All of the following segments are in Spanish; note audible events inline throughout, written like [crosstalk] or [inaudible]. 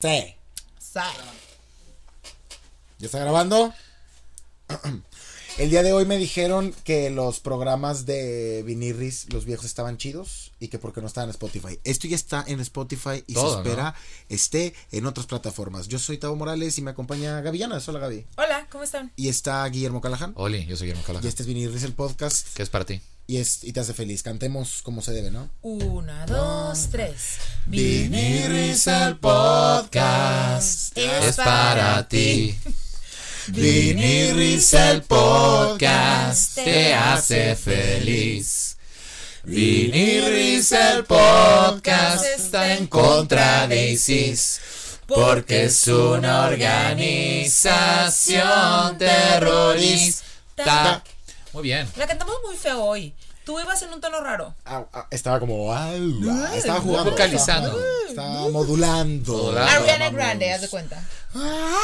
Sí. Sí. ¿Ya está grabando? [clears throat] El día de hoy me dijeron que los programas de Vinirris, los viejos, estaban chidos y que porque no estaban en Spotify. Esto ya está en Spotify y Todo, se espera esté en otras plataformas. Yo soy Tavo Morales y me acompaña Gaby Llanas. Hola Gaby. Hola, ¿cómo están? Y está Guillermo Callahan. Oli, yo soy Guillermo Calaja. Y este es Vinirris, el podcast. ¿Qué es para ti? Y, es, y te hace feliz. Cantemos como se debe, ¿no? Una, dos, tres. Vinirris, el podcast. Es para ti. [laughs] Vinirris, el podcast. Te hace feliz. Vinirris, el podcast. Está en contra de ISIS. Porque es una organización terrorista. Muy bien. La cantamos muy feo hoy. Tú ibas en un tono raro. Ah, ah, estaba como. ah, ah, estaba jugando. Vocalizando. Estaba, estaba modulando. Modulando. Ah, Ariana vamos. Grande, haz de cuenta. ¡Ah!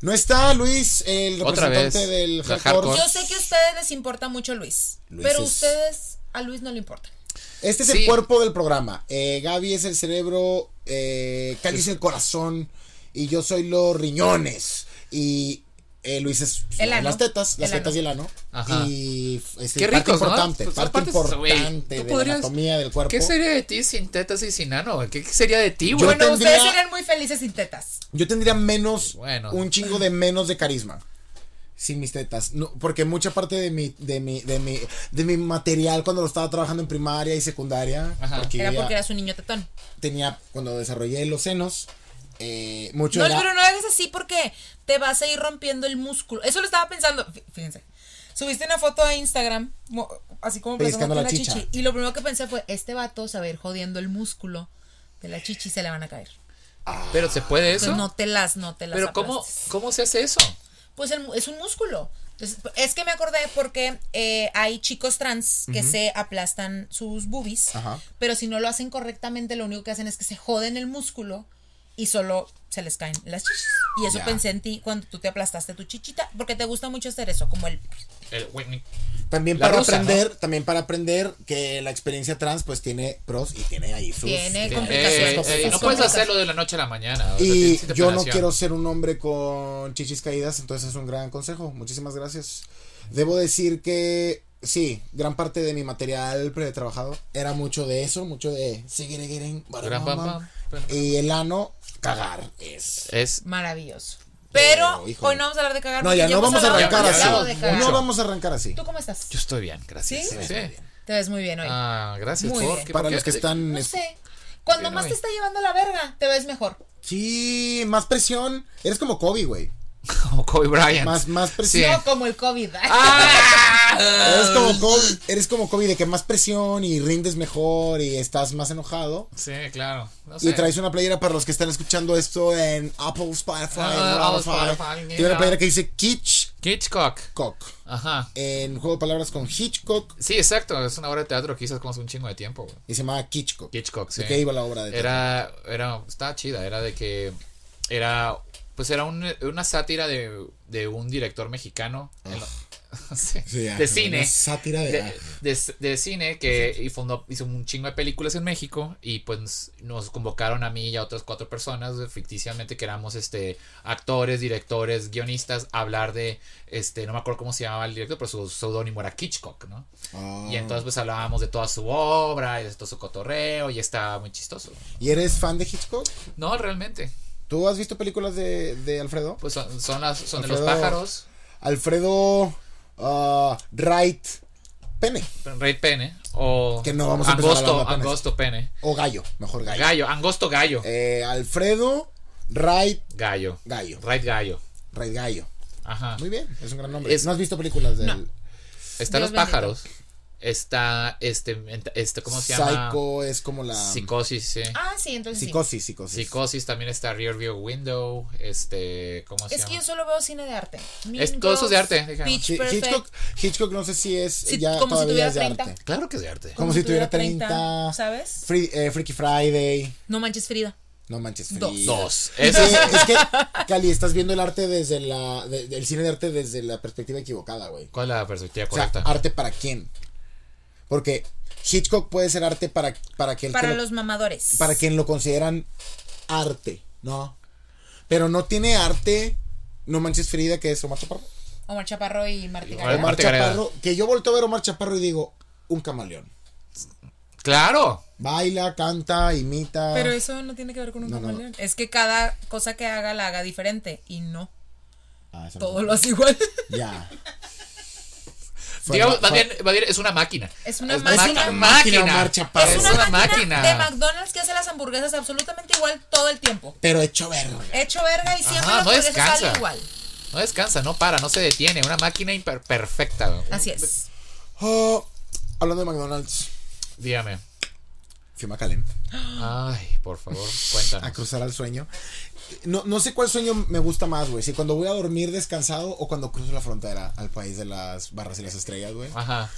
No está Luis, el Otra representante vez, del del hardcore. hardcore. Yo sé que a ustedes les importa mucho Luis, Luis pero es- ustedes a Luis no le importa. Este es el Sí. cuerpo del programa. Eh, Gaby es el cerebro, eh, Cali es el corazón y yo soy los riñones. Y eh, Luis es El ano. las tetas, las El tetas ano. y el ano. Ajá. Y f- este, Qué parte ricos, ¿no? importante, Pues, parte aparte, güey, importante tú de podrías- la anatomía del cuerpo. ¿Qué sería de ti sin tetas y sin ano? güey? ¿Qué qué sería de ti, Yo güey? bueno, tendría- ustedes serían muy felices sin tetas. Yo tendría menos, Bueno. un chingo de menos de carisma. Sin mis tetas. No, porque mucha parte de mi, de mi, de mi, de mi material cuando lo estaba trabajando en primaria y secundaria. Ajá. Porque Era ya porque eras un niño tetón. tenía, cuando desarrollé los senos, eh, mucho No, era- pero no hagas así porque te vas a ir rompiendo el músculo. Eso lo estaba pensando. Fí- Fíjense. Subiste una foto a Instagram, mo- así como Pellizcando presentando la la chichi. chicha. Y lo primero que pensé fue: este vato se va a ir jodiendo el músculo de la chichi y se le van a caer. Pero se puede Entonces, eso. no te las, no te las. Pero ¿cómo, aplastes. ¿cómo se hace eso? Pues el mu- es un músculo. Entonces, es que me acordé porque eh, hay chicos trans que se aplastan sus boobies, Ajá. pero si no lo hacen correctamente, lo único que hacen es que se joden el músculo y solo se les caen las chichis. Y eso Ya. pensé en ti cuando tú te aplastaste tu chichita, porque te gusta mucho hacer eso, como el... El Whitney. También La para rusa, aprender, también para aprender que la experiencia trans pues tiene pros y tiene ahí sus Tiene sus complicaciones. Eh, sus eh, no complicaciones. puedes hacerlo de la noche a la mañana. o sea, Y tienes que tener yo no planeación. quiero ser un hombre con chichis caídas, entonces es un gran consejo. Muchísimas gracias. Debo decir que sí, gran parte de mi material pretrabajado era mucho de eso, mucho de sigirigirin, Gran pam, barabam. pam. y el ano cagar es. Es Maravilloso. Pero Pero, híjole. hoy no vamos a hablar de cagar. No, porque ya no hemos vamos a hablado- arrancar ya hemos hablado así. de cagar. No vamos a arrancar así. ¿Tú cómo estás? yo estoy bien, gracias. ¿Sí? Sí. Te ves muy bien hoy. Ah, gracias Muy por bien. ¿qué- Para por los que qué? están no sé. Cuando Sí, más no, te y- está llevando la verga, te ves mejor. Sí, más presión. Eres como Kobe, güey. como Kobe Bryant. Más, más Sí. presión. No como el COVID. Ah. Ah. Eres como Kobe, eres como Kobe de que más presión y rindes mejor y estás más enojado. Sí, claro. No Y sé. traes una playera para los que están escuchando esto en Apple, Spotify, Ah, Apple, Spotify. Spotify, Tiene una yeah. playera que dice Kitschcock. Hitchcock. Ajá. En juego de palabras con Hitchcock Sí, exacto. Es una obra de teatro que hizo como hace un chingo de tiempo. güey. y se llamaba Kitschcock. Hitchcock, sí. ¿De qué iba la obra de teatro? era, era, estaba chida, era de que era, pues era un- una sátira de, de un director mexicano en lo- [laughs] sí, Sí, ah, de sí, cine. una sátira de- de, ah. de- de cine que y fundó- hizo un chingo de películas en México y pues nos convocaron a mí y a otras cuatro personas eh, ficticiamente que éramos este actores, directores, guionistas, a hablar de este, no me acuerdo cómo se llamaba el director, pero su seudónimo era Hitchcock, ¿no? Ah. Y entonces pues hablábamos de toda su obra y de todo su cotorreo y estaba muy chistoso. ¿Y eres fan de Hitchcock? No, realmente. ¿Tú has visto películas de, de Alfredo? Pues son, son las son de los Alfredo- pájaros. Alfredo ah, Wright Pene. Rey Pene. O Que no vamos a empezar Angosto, hablando de penes. Angosto Pene. O Gallo, mejor Gallo. Gallo, Angosto Gallo. Eh, Alfredo Wright Gallo. Gallo. Right Gallo. Wright Gallo. Ajá. Muy bien, es un gran nombre. Es- ¿No has visto películas del No. Están los Dios bendito. pájaros. Está este, ent- este ¿cómo se llama? Psycho? um, Es como la Psicosis, sí. Ah, sí, entonces sí. psicosis, psicosis. Psicosis también está Rear View Window. Este, ¿cómo se Es que yo llama? solo veo cine de arte. Mean Es- todo eso es de Girls, arte, digamos. Pitch Sí, Perfect. Hitchcock, Hitchcock no sé si es Sí, ya como si todavía tuviera es de 30. arte. Claro que es de arte. Como si tuviera 30. ¿Sabes? Free- eh, Freaky Friday, No manches Frida. no manches Frida. Dos. Dos. Sí, Eso es- es que Cali, estás viendo el arte desde la de- el cine de arte desde la perspectiva equivocada, güey. ¿Cuál es la perspectiva O sea, ah, correcta? arte para quién? Porque Hitchcock puede ser arte para para que el que Para lo- los mamadores. para quien lo consideran arte. No. Pero no tiene arte. No manches Frida, que es Omar Chaparro. Omar Chaparro y Martí Omar- Gareda. Omar Marta Gareda. Chaparro. Que yo volteo a ver a Omar Chaparro y digo, un camaleón. Claro. Baila, canta, imita. Pero eso no tiene que ver con un No, no, no. camaleón. Es que cada cosa que haga la haga diferente. Y no. Ah, esa Todo no. lo hace igual. [laughs] Ya. Digamos, Fue- más fue- bien, más bien es una máquina. Es una ma- máquina. máquina, Omar Chaparro. Es Es una, una máquina, de McDonald's que hace las hamburguesas absolutamente igual todo el tiempo. Pero hecho verga. Hecho verga y siempre Ajá, las no hamburguesas salen descansa. igual. No descansa, no para, no se detiene. Una máquina imper- perfecta. güey. Así es. Oh, hablando de McDonald's. Dígame. Fui a Macalén Ay, por favor, a cuéntanos. cruzar al sueño. No, no sé cuál sueño me gusta más, güey. Si cuando voy a dormir descansado o cuando cruzo la frontera al país de las barras y las estrellas, güey. Ajá.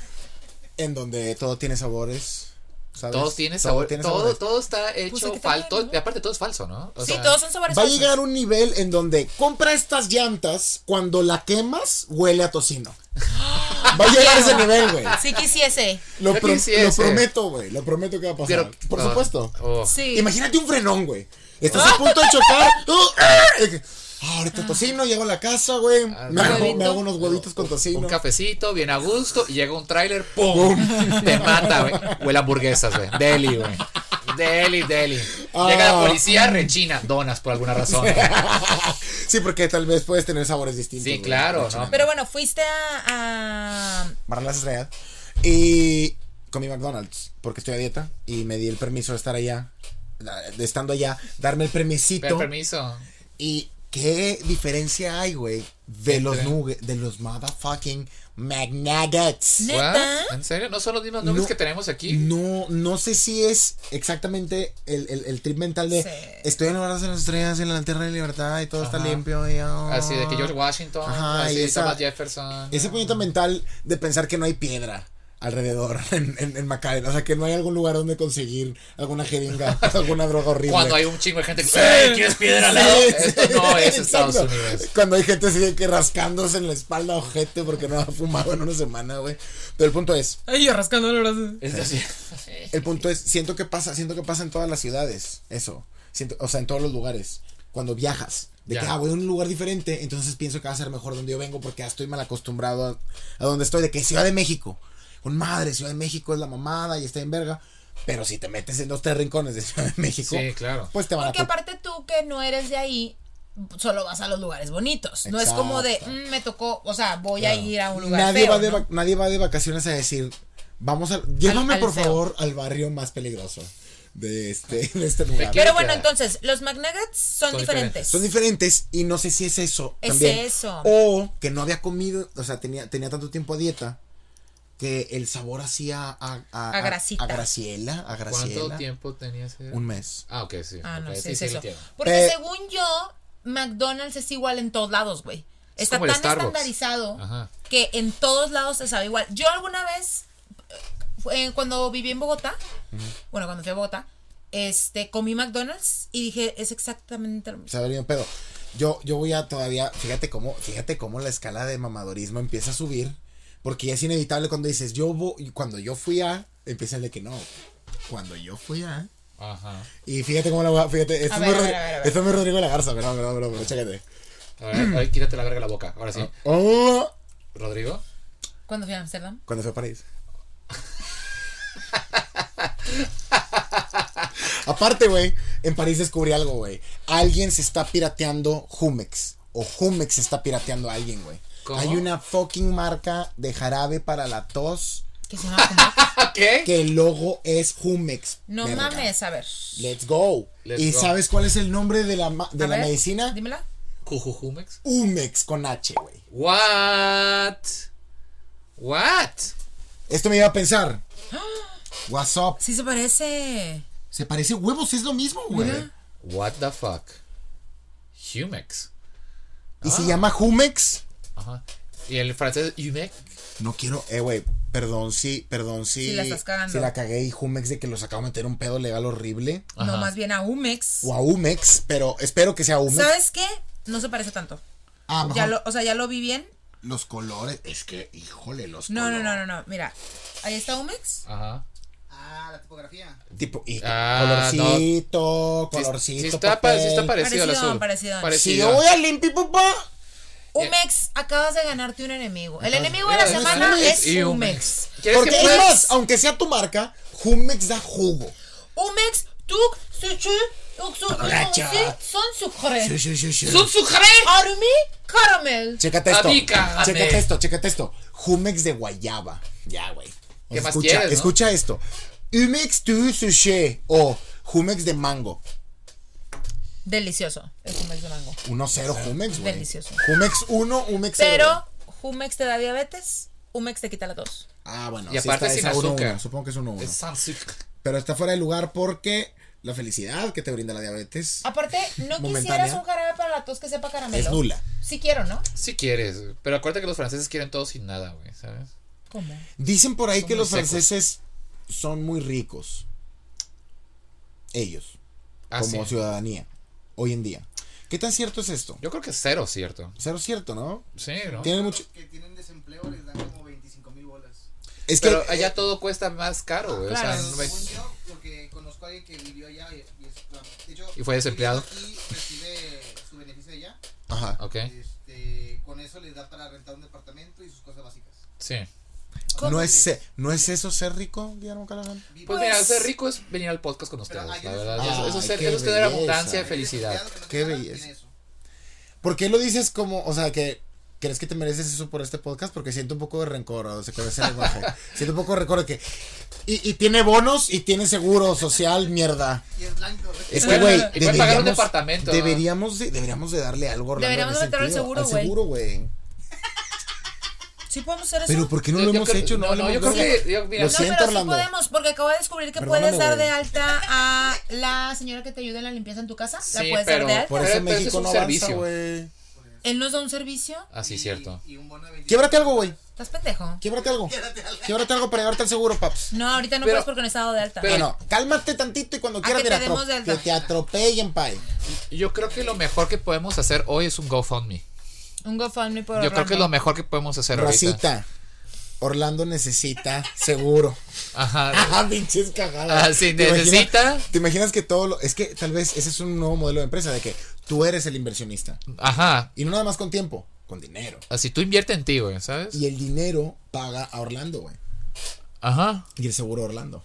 En donde todo tiene sabores. ¿sabes? Todo tiene sabor. tiene Todo, sabores. todo está Pues hay hecho que falso. tenerlo, ¿no? Y aparte, todo es falso, ¿no? O sí, sea, todos son sabores Va a falsos. llegar un nivel en donde compra estas llantas, cuando la quemas, huele a [gasps] tocino. Va a llegar a ese nivel, güey. Si quisiese. Lo, Yo pro- quisiese. lo prometo, güey. Lo prometo que va a pasar. Pero- Por no. supuesto. Oh. Sí. Imagínate un frenón, güey. Estás Ah. a punto de [laughs] chocar. tú, ah, de que, ah, ahorita tocino, llego a la casa, güey. Me hago, huevito. me hago unos huevitos con Ah, Un tocino. cafecito, bien a gusto, y llega un tráiler, ¡pum! Te mata, güey. Huele a hamburguesas, güey. Deli, güey. Deli, deli. Llega Ah. la policía, rechina, donas por alguna [laughs] razón. güey. Sí, porque tal vez puedes tener sabores distintos. Sí, güey. claro, ¿no? Pero bueno, fuiste a. a- Marlas Estrella. Y comí McDonald's porque estoy a dieta y me di el permiso de estar allá, de estando allá, darme el Pero permisito. permiso. y qué diferencia hay, güey, de los Entre- nuggets, de los motherfucking McNuggets. ¿Neta? ¿What? ¿En serio? ¿No son los mismos nombres No. que tenemos aquí? No, no sé si es exactamente el, el- el trip mental de Sí. estoy en el barrio de las estrellas, en la tierra de libertad y todo está Ajá. limpio. y, oh. Así de que George Washington, Ajá, así y de esa- Thomas Jefferson. Ese puñito mental de pensar que no hay piedra alrededor [laughs] en, en, en Macarena. O sea, que no hay algún lugar donde conseguir alguna [laughs] jeringa, alguna droga horrible. Cuando hay un chingo de gente que ¡Ey, ¿quieres piedra al Sí, lado? sí, Esto [laughs] no es exacto. Estados Unidos. Cuando hay gente así de que rascándose en la espalda, ojete, porque no ha fumado en una semana, güey. Pero el punto es, Ay, yo rascando el brazo. Es así. el punto es, siento que pasa, siento que pasa en todas las ciudades, eso. Siento, o sea, en todos los lugares. Cuando viajas, de que Ya. ah, voy a un lugar diferente, entonces pienso que va a ser mejor donde yo vengo porque ya estoy mal acostumbrado a, a donde estoy, de que Ciudad de México. Con madre, Ciudad de México es la mamada y está en verga. Pero si te metes en los tres rincones de Ciudad de México, Sí, claro. pues te van a Porque aparte tú que no eres de ahí, solo vas a los lugares bonitos. No es como de, Exacto. "Mm, me tocó, o sea, voy a Claro. ir a un lugar nadie, feo, va de ¿no? vac- nadie va de vacaciones a decir, vamos a... Llévame al por feo. favor al barrio más peligroso de este, [laughs] de este lugar. qué? Pero bueno, Ya. entonces, los McNuggets son, Son diferentes. diferentes. Son diferentes y no sé si es eso. Es también. eso. O que no había comido, o sea, tenía, tenía tanto tiempo a dieta que el sabor hacía a... A, A grasita. A Graciela, a Graciela. ¿Cuánto tiempo tenías? eh? Un mes. Ah, ok, sí. Ah, no, ok, sí, sí, es sí, lo eso. entiendo. Porque Pe- según yo, McDonald's es igual en todos lados, güey. Es Está como tan el Starbucks. estandarizado Ajá. que en todos lados se sabe igual. Yo alguna vez, eh, fue- cuando viví en Bogotá, bueno, cuando fui a Bogotá, este, comí McDonald's y dije, es exactamente lo mismo. Se habría ido en pedo. Yo, yo voy a todavía, fíjate cómo, fíjate cómo la escala de mamadorismo empieza a subir, porque ya es inevitable cuando dices, yo voy, cuando yo fui a, empieza el de que no, cuando yo fui a. Ajá. Y fíjate cómo la voy a, fíjate, esto, A es, ver, muy a Rodri- ver, a ver, a ver. esto es muy Rodrigo de la Garza, pero, pero, pero, pero, chécate. A ver, a ver, quítate la verga de la boca. Ahora sí. Oh, Rodrigo. Cuando fui a Amsterdam. cuando fue a París. Aparte, güey, en París descubrí algo, güey. Alguien se está pirateando Jumex. O Jumex se está pirateando a alguien, güey. ¿Cómo? Hay una fucking marca de jarabe para la tos Que se llama como- Ah, ¿Qué? que el logo es Jumex. No Verga. mames, a ver. Let's go. Let's ¿Y go. sabes cuál es el nombre de la, ma- de A la ver, medicina? Dímela. ¿Jujujumex? Humex con H, güey. What? What? Esto me iba a pensar. [gasps] What's up? Sí se parece. Se parece huevos, es lo mismo, güey. Mira. What the fuck? Humex. Y Ah. se llama Jumex. Ajá. Y el francés Humex. No quiero, eh, güey, perdón si, perdón si. Si la estás cagando. si la cagué y Jumex de que los acabo de meter un pedo legal horrible. No, más bien a Umex. O a Humex, pero espero que sea Humex. ¿Sabes qué? No se parece tanto. Ah, Ya mejor. lo, o sea, ya lo vi bien. Los colores, es que, híjole, los No, no, colores. no, no, no. Mira, ahí está Umex. Ajá. Ah, la tipografía. Tipo, y Ah, no. colorcito, Sí- colorcito. sí está, pa- sí está papel. parecido al Parecido, azul. parecido. Si yo voy al Limpi, papá. Eh. Umex, acabas de ganarte un enemigo. El enemigo de Mira, la Eh, es semana Umex es y Umex. ¿Quieres Porque que es pueda- más, aunque sea tu marca, Jumex da jugo. Umex, tú, suchu, uxu, Gacha. uxu, son sucre. ¡Son sucre! Arumi, caramel. Chécate esto. A mí, cágame. Chécate esto, chécate esto. Jumex de guayaba. Ya, güey. ¿Qué más escucha, quieres, no? escucha esto. Humex tu sushi o Jumex de mango. Delicioso. El Umex de mango. 1-0 Jumex, güey. Delicioso. Jumex 1, Jumex 0. Pero Umex te da diabetes, Umex te quita la tos. Ah, bueno. Y aparte está sin esa uno, azúcar. uno. Supongo que es 1-1. Es San Sucre. Pero está fuera de lugar porque la felicidad que te brinda la diabetes Ah, Aparte, ¿no Momentánea. quisieras un jarabe para la tos que sepa caramelo? es nula. Sí quiero, ¿no? Si quieres, pero acuérdate que los franceses quieren todo sin nada, güey, ¿sabes? ¿Cómo? Dicen por ahí Son que muy los secos. franceses son muy ricos. Ellos, Ah, como sí. ciudadanía, hoy en día. ¿Qué tan cierto es esto? Yo creo que es cero, ¿cierto? Cero cierto, ¿no? Sí, ¿no? Tienen mucho... Que tienen desempleo les dan como 25 mil bolas. Es que... Pero allá todo cuesta más caro, güey. o sea, Claro. Ah, no me- Según yo, porque conozco a alguien que vivió allá y, y es- de hecho, ¿Y fue desempleado? viviendo Aquí recibe su beneficio allá. Ajá. Ok, Este, con eso les da para rentar un departamento y sus cosas básicas. sí. ¿Cómo? ¿No es, se- ¿No es eso ser rico, Guillermo Carabán? Vive- Pues mira, ser rico es venir al podcast con ustedes, Pero, ay, la eso- verdad. ay, eso, eso es ser- qué eso es tener belleza. abundancia de vive felicidad. desempleado, que no Qué tiene nada, belleza. tiene eso. ¿Por qué lo dices como, o sea, que crees que te mereces eso por este podcast? Porque siento un poco de rencor, o sea, con ese [laughs] lenguaje. siento un poco de rencor de que... Y, y tiene bonos y tiene seguro social, mierda. Y es blanco. ¿ves? Es que, güey, Y puede pagar un deberíamos- departamento, ¿no? Deberíamos de, deberíamos de darle algo, Orlando, en Deberíamos ese meterlo al sentido, seguro, al güey. seguro, güey. Sí podemos hacer eso. Pero ¿por qué no Yo- lo yo hemos creo- hecho? No, no, hablemos no, yo de creo eso. que- yo- mira, lo no, no, siento, pero Orlando. sí podemos, porque acabo de descubrir que Perdóname, puedes dar güey. de alta a la señora que te ayuda en la limpieza en tu casa. la Sí, puedes pero- dar de alta. Por Pero- eso pero ese es México un no avanza, servicio. güey. Él nos da un servicio. Ah, sí, Y- cierto. Y un bono de 25 Quiebrate algo, güey. ¿Estás pendejo? Quiebrate algo. Quiebrate algo para llevarte al seguro, paps. No, ahorita no Pero- puedes porque no he estado de alta. pero- Bueno, cálmate tantito y cuando que quieras te mira, demos atro- de alta. que te atropellen, pai. Yo creo que lo mejor que podemos hacer hoy es un GoFundMe. un GoFundMe por Yo creo que es lo Orlando. mejor que podemos hacer ahorita. Rosita, Orlando necesita [laughs] seguro. Ajá. Ajá, pinches cagadas. Ah, sí, ¿Te imaginas- necesita. ¿Te imaginas que todo lo.? Es que tal vez ese es un nuevo modelo de empresa de que tú eres el inversionista. Ajá. Y no nada más con tiempo, con dinero. Así tú invierte en ti, güey, ¿sabes? Y el dinero paga a Orlando, güey. Ajá. Y el seguro de Orlando.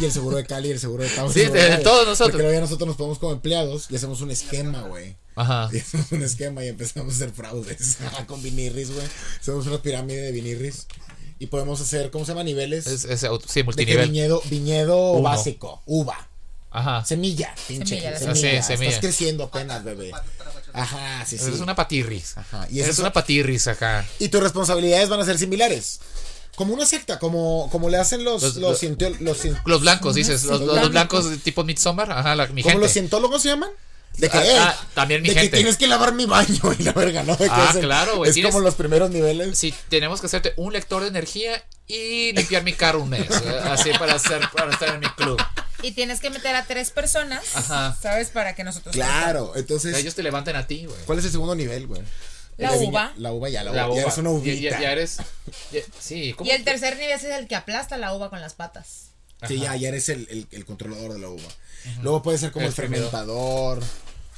Y el seguro de Cali, y el seguro de Pablo. Sí, de- de todos nosotros. Porque luego ya nosotros nos ponemos como empleados y hacemos un esquema, güey. Ajá. [laughs] Y hacemos un esquema y empezamos a hacer fraudes [laughs] con vinirris, güey. Hacemos una pirámide de vinirris. Y podemos hacer, ¿cómo se llama? Niveles. Es, es auto- sí, de que multinivel. viñedo, viñedo Uno. básico, uva. Ajá. Semilla, pinche. Semilla, la Semilla, semilla. Ah, Sí, semilla. Estás creciendo apenas, bebé. Ajá, sí, sí. Eres una patirris. Ajá, y Y eso Eres es- una patirris acá. Y tus responsabilidades van a ser similares. Como una secta, como, como le hacen los, los, Los- los- cienteo- los cien- Los blancos, dices. Los, los- los blancos. blancos de tipo Midsommar. Ajá, la, mi ¿Cómo gente. los cientólogos se llaman? De que, Ah, eh, ah, también mi de que gente. tienes que lavar mi baño [laughs] y la verga, ¿no? De que Ah, es el- claro, güey, Es tienes- como los primeros niveles. Si tenemos que hacerte un lector de energía y limpiar mi carro un mes. eh, Así para, hacer, para estar en mi club. Y tienes que meter a tres personas, Ajá. ¿sabes? Para que nosotros... Claro, Que entonces, Ellos te levanten a ti, güey. ¿cuál es el segundo nivel, güey? La El de uva. viña- La uva Pues, ya, la uva. La Ya uva. eres una Ya- uvita. ya, ya eres. ya- sí, ¿cómo? Y el tercer nivel es el que aplasta la uva con las patas. Sí, ya, ya eres el, el- el controlador de la uva. Luego puede ser como el, El consumidor. fermentador,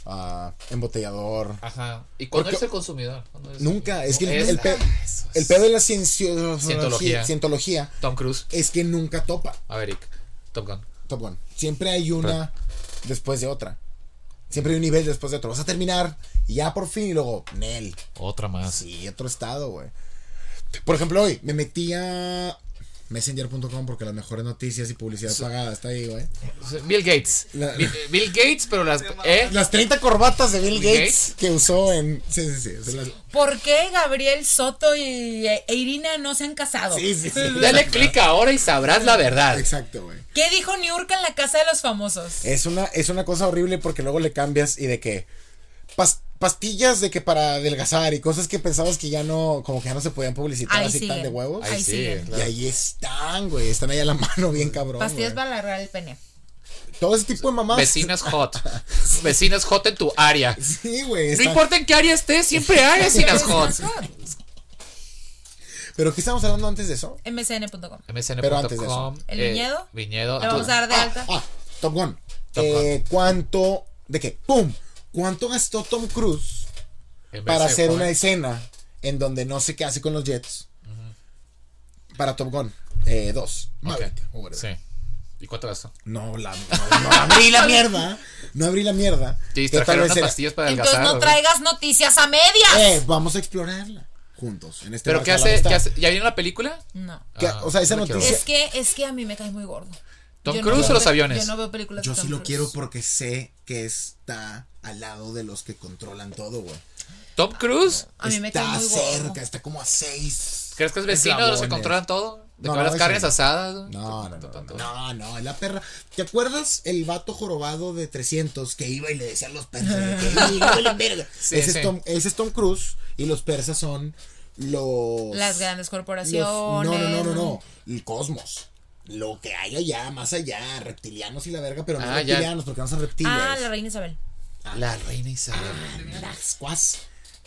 ah, embotellador. Ajá. ¿Y cuándo Porque- eres el consumidor? ¿Cuándo eres- Nunca, es que el, Es- Ah, el pe- eso es. el pedo de la ciencio- cientología. Cientología. Tom Cruise. es que nunca topa Maverick. Top Gun. Top Gun. Siempre hay una después de otra. Siempre hay un nivel después de otro. Vas a terminar y ya por fin y luego, Nel. Otra más. Sí, otro estado, güey. Por ejemplo, hoy me metí a messenger.com porque las mejores noticias y publicidad pagada está ahí, güey. Bill Gates. La- Bill, Bill Gates, pero las. ¿eh? Las 30 corbatas de Bill Bill Gates, Gates. que usó en. Sí, sí, sí. se las- ¿Por qué Gabriel Soto y e Irina no se han casado? Sí, sí, sí. Dale clic ahora y sabrás la verdad. Exacto, güey. ¿Qué dijo Niurka en la casa de los famosos? Es una, es una cosa horrible porque luego le cambias y de que. pas- pastillas de que para adelgazar y cosas que pensabas que ya no. Como que ya no se podían publicitar Ahí así tan siguen. de huevos. Ahí sí, siguen. Y ahí están, güey. Están ahí a la mano, bien cabrón. Pastillas güey. para alargar el pene. Todo ese tipo de mamás. [laughs] Vecinas hot. Vecinas hot en tu área. Sí, güey. No están- [laughs] [laughs] importa en qué área estés, siempre hay vecinas hot. Ajá. Pero ¿qué estábamos hablando antes de eso? mcn.com. Pero antes de eso. msn.com. ¿El viñedo? eh, Viñedo. Lo vamos a dar de alta. Ah, Top Gun. Top Eh, ¿Cuánto? ¿De qué? ¡Pum! ¿Cuánto gastó Tom Cruise en para vez de hacer una comer. escena en donde no sé qué hace con los jets? Para Top Gun. Eh, dos. Maverick, o Ok. whatever. Sí. ¿Y cuánto gastó? No, la, no, no abrí la mierda. No abrí la mierda. Te que distrajeron unas era- pastillas para adelgazar. Entonces no ¿o? traigas noticias a medias. Eh, vamos a explorarla juntos. En este ¿Pero Marca qué la hace, Amistad. qué hace? ¿Ya vieron la película? No. Que- Ah, o sea, esa no quiero noticia- Es que, es que a mí me caes muy gordo. ¿Tom Yo Cruise o veo los pe- aviones? Yo no veo películas Yo de sí Tom lo Cruise. quiero porque sé que está al lado de los que controlan todo, güey. ¿Tom Cruise? A mí me cae Está muy cerca, gordo. está como a seis. ¿Crees que es vecino de los que eslabones. controlan todo? ¿De No, que no, las ese carnes no. asadas? No, no, no, no, no, no, es la perra. ¿Te acuerdas el vato jorobado de 300 que iba y le decía a los persas? de que, "Ey, huelen verga"? [laughs] Sí, ese, sí. Es Tom, ese es Tom Cruise y los persas son los... Las grandes los- corporaciones. no, no, no, no, no, el cosmos. Lo que hay allá, más allá, reptilianos y la verga, pero no Ah, ya. reptilianos porque no son reptiles. Ah, la reina Isabel. La reina Isabel. Las cuas.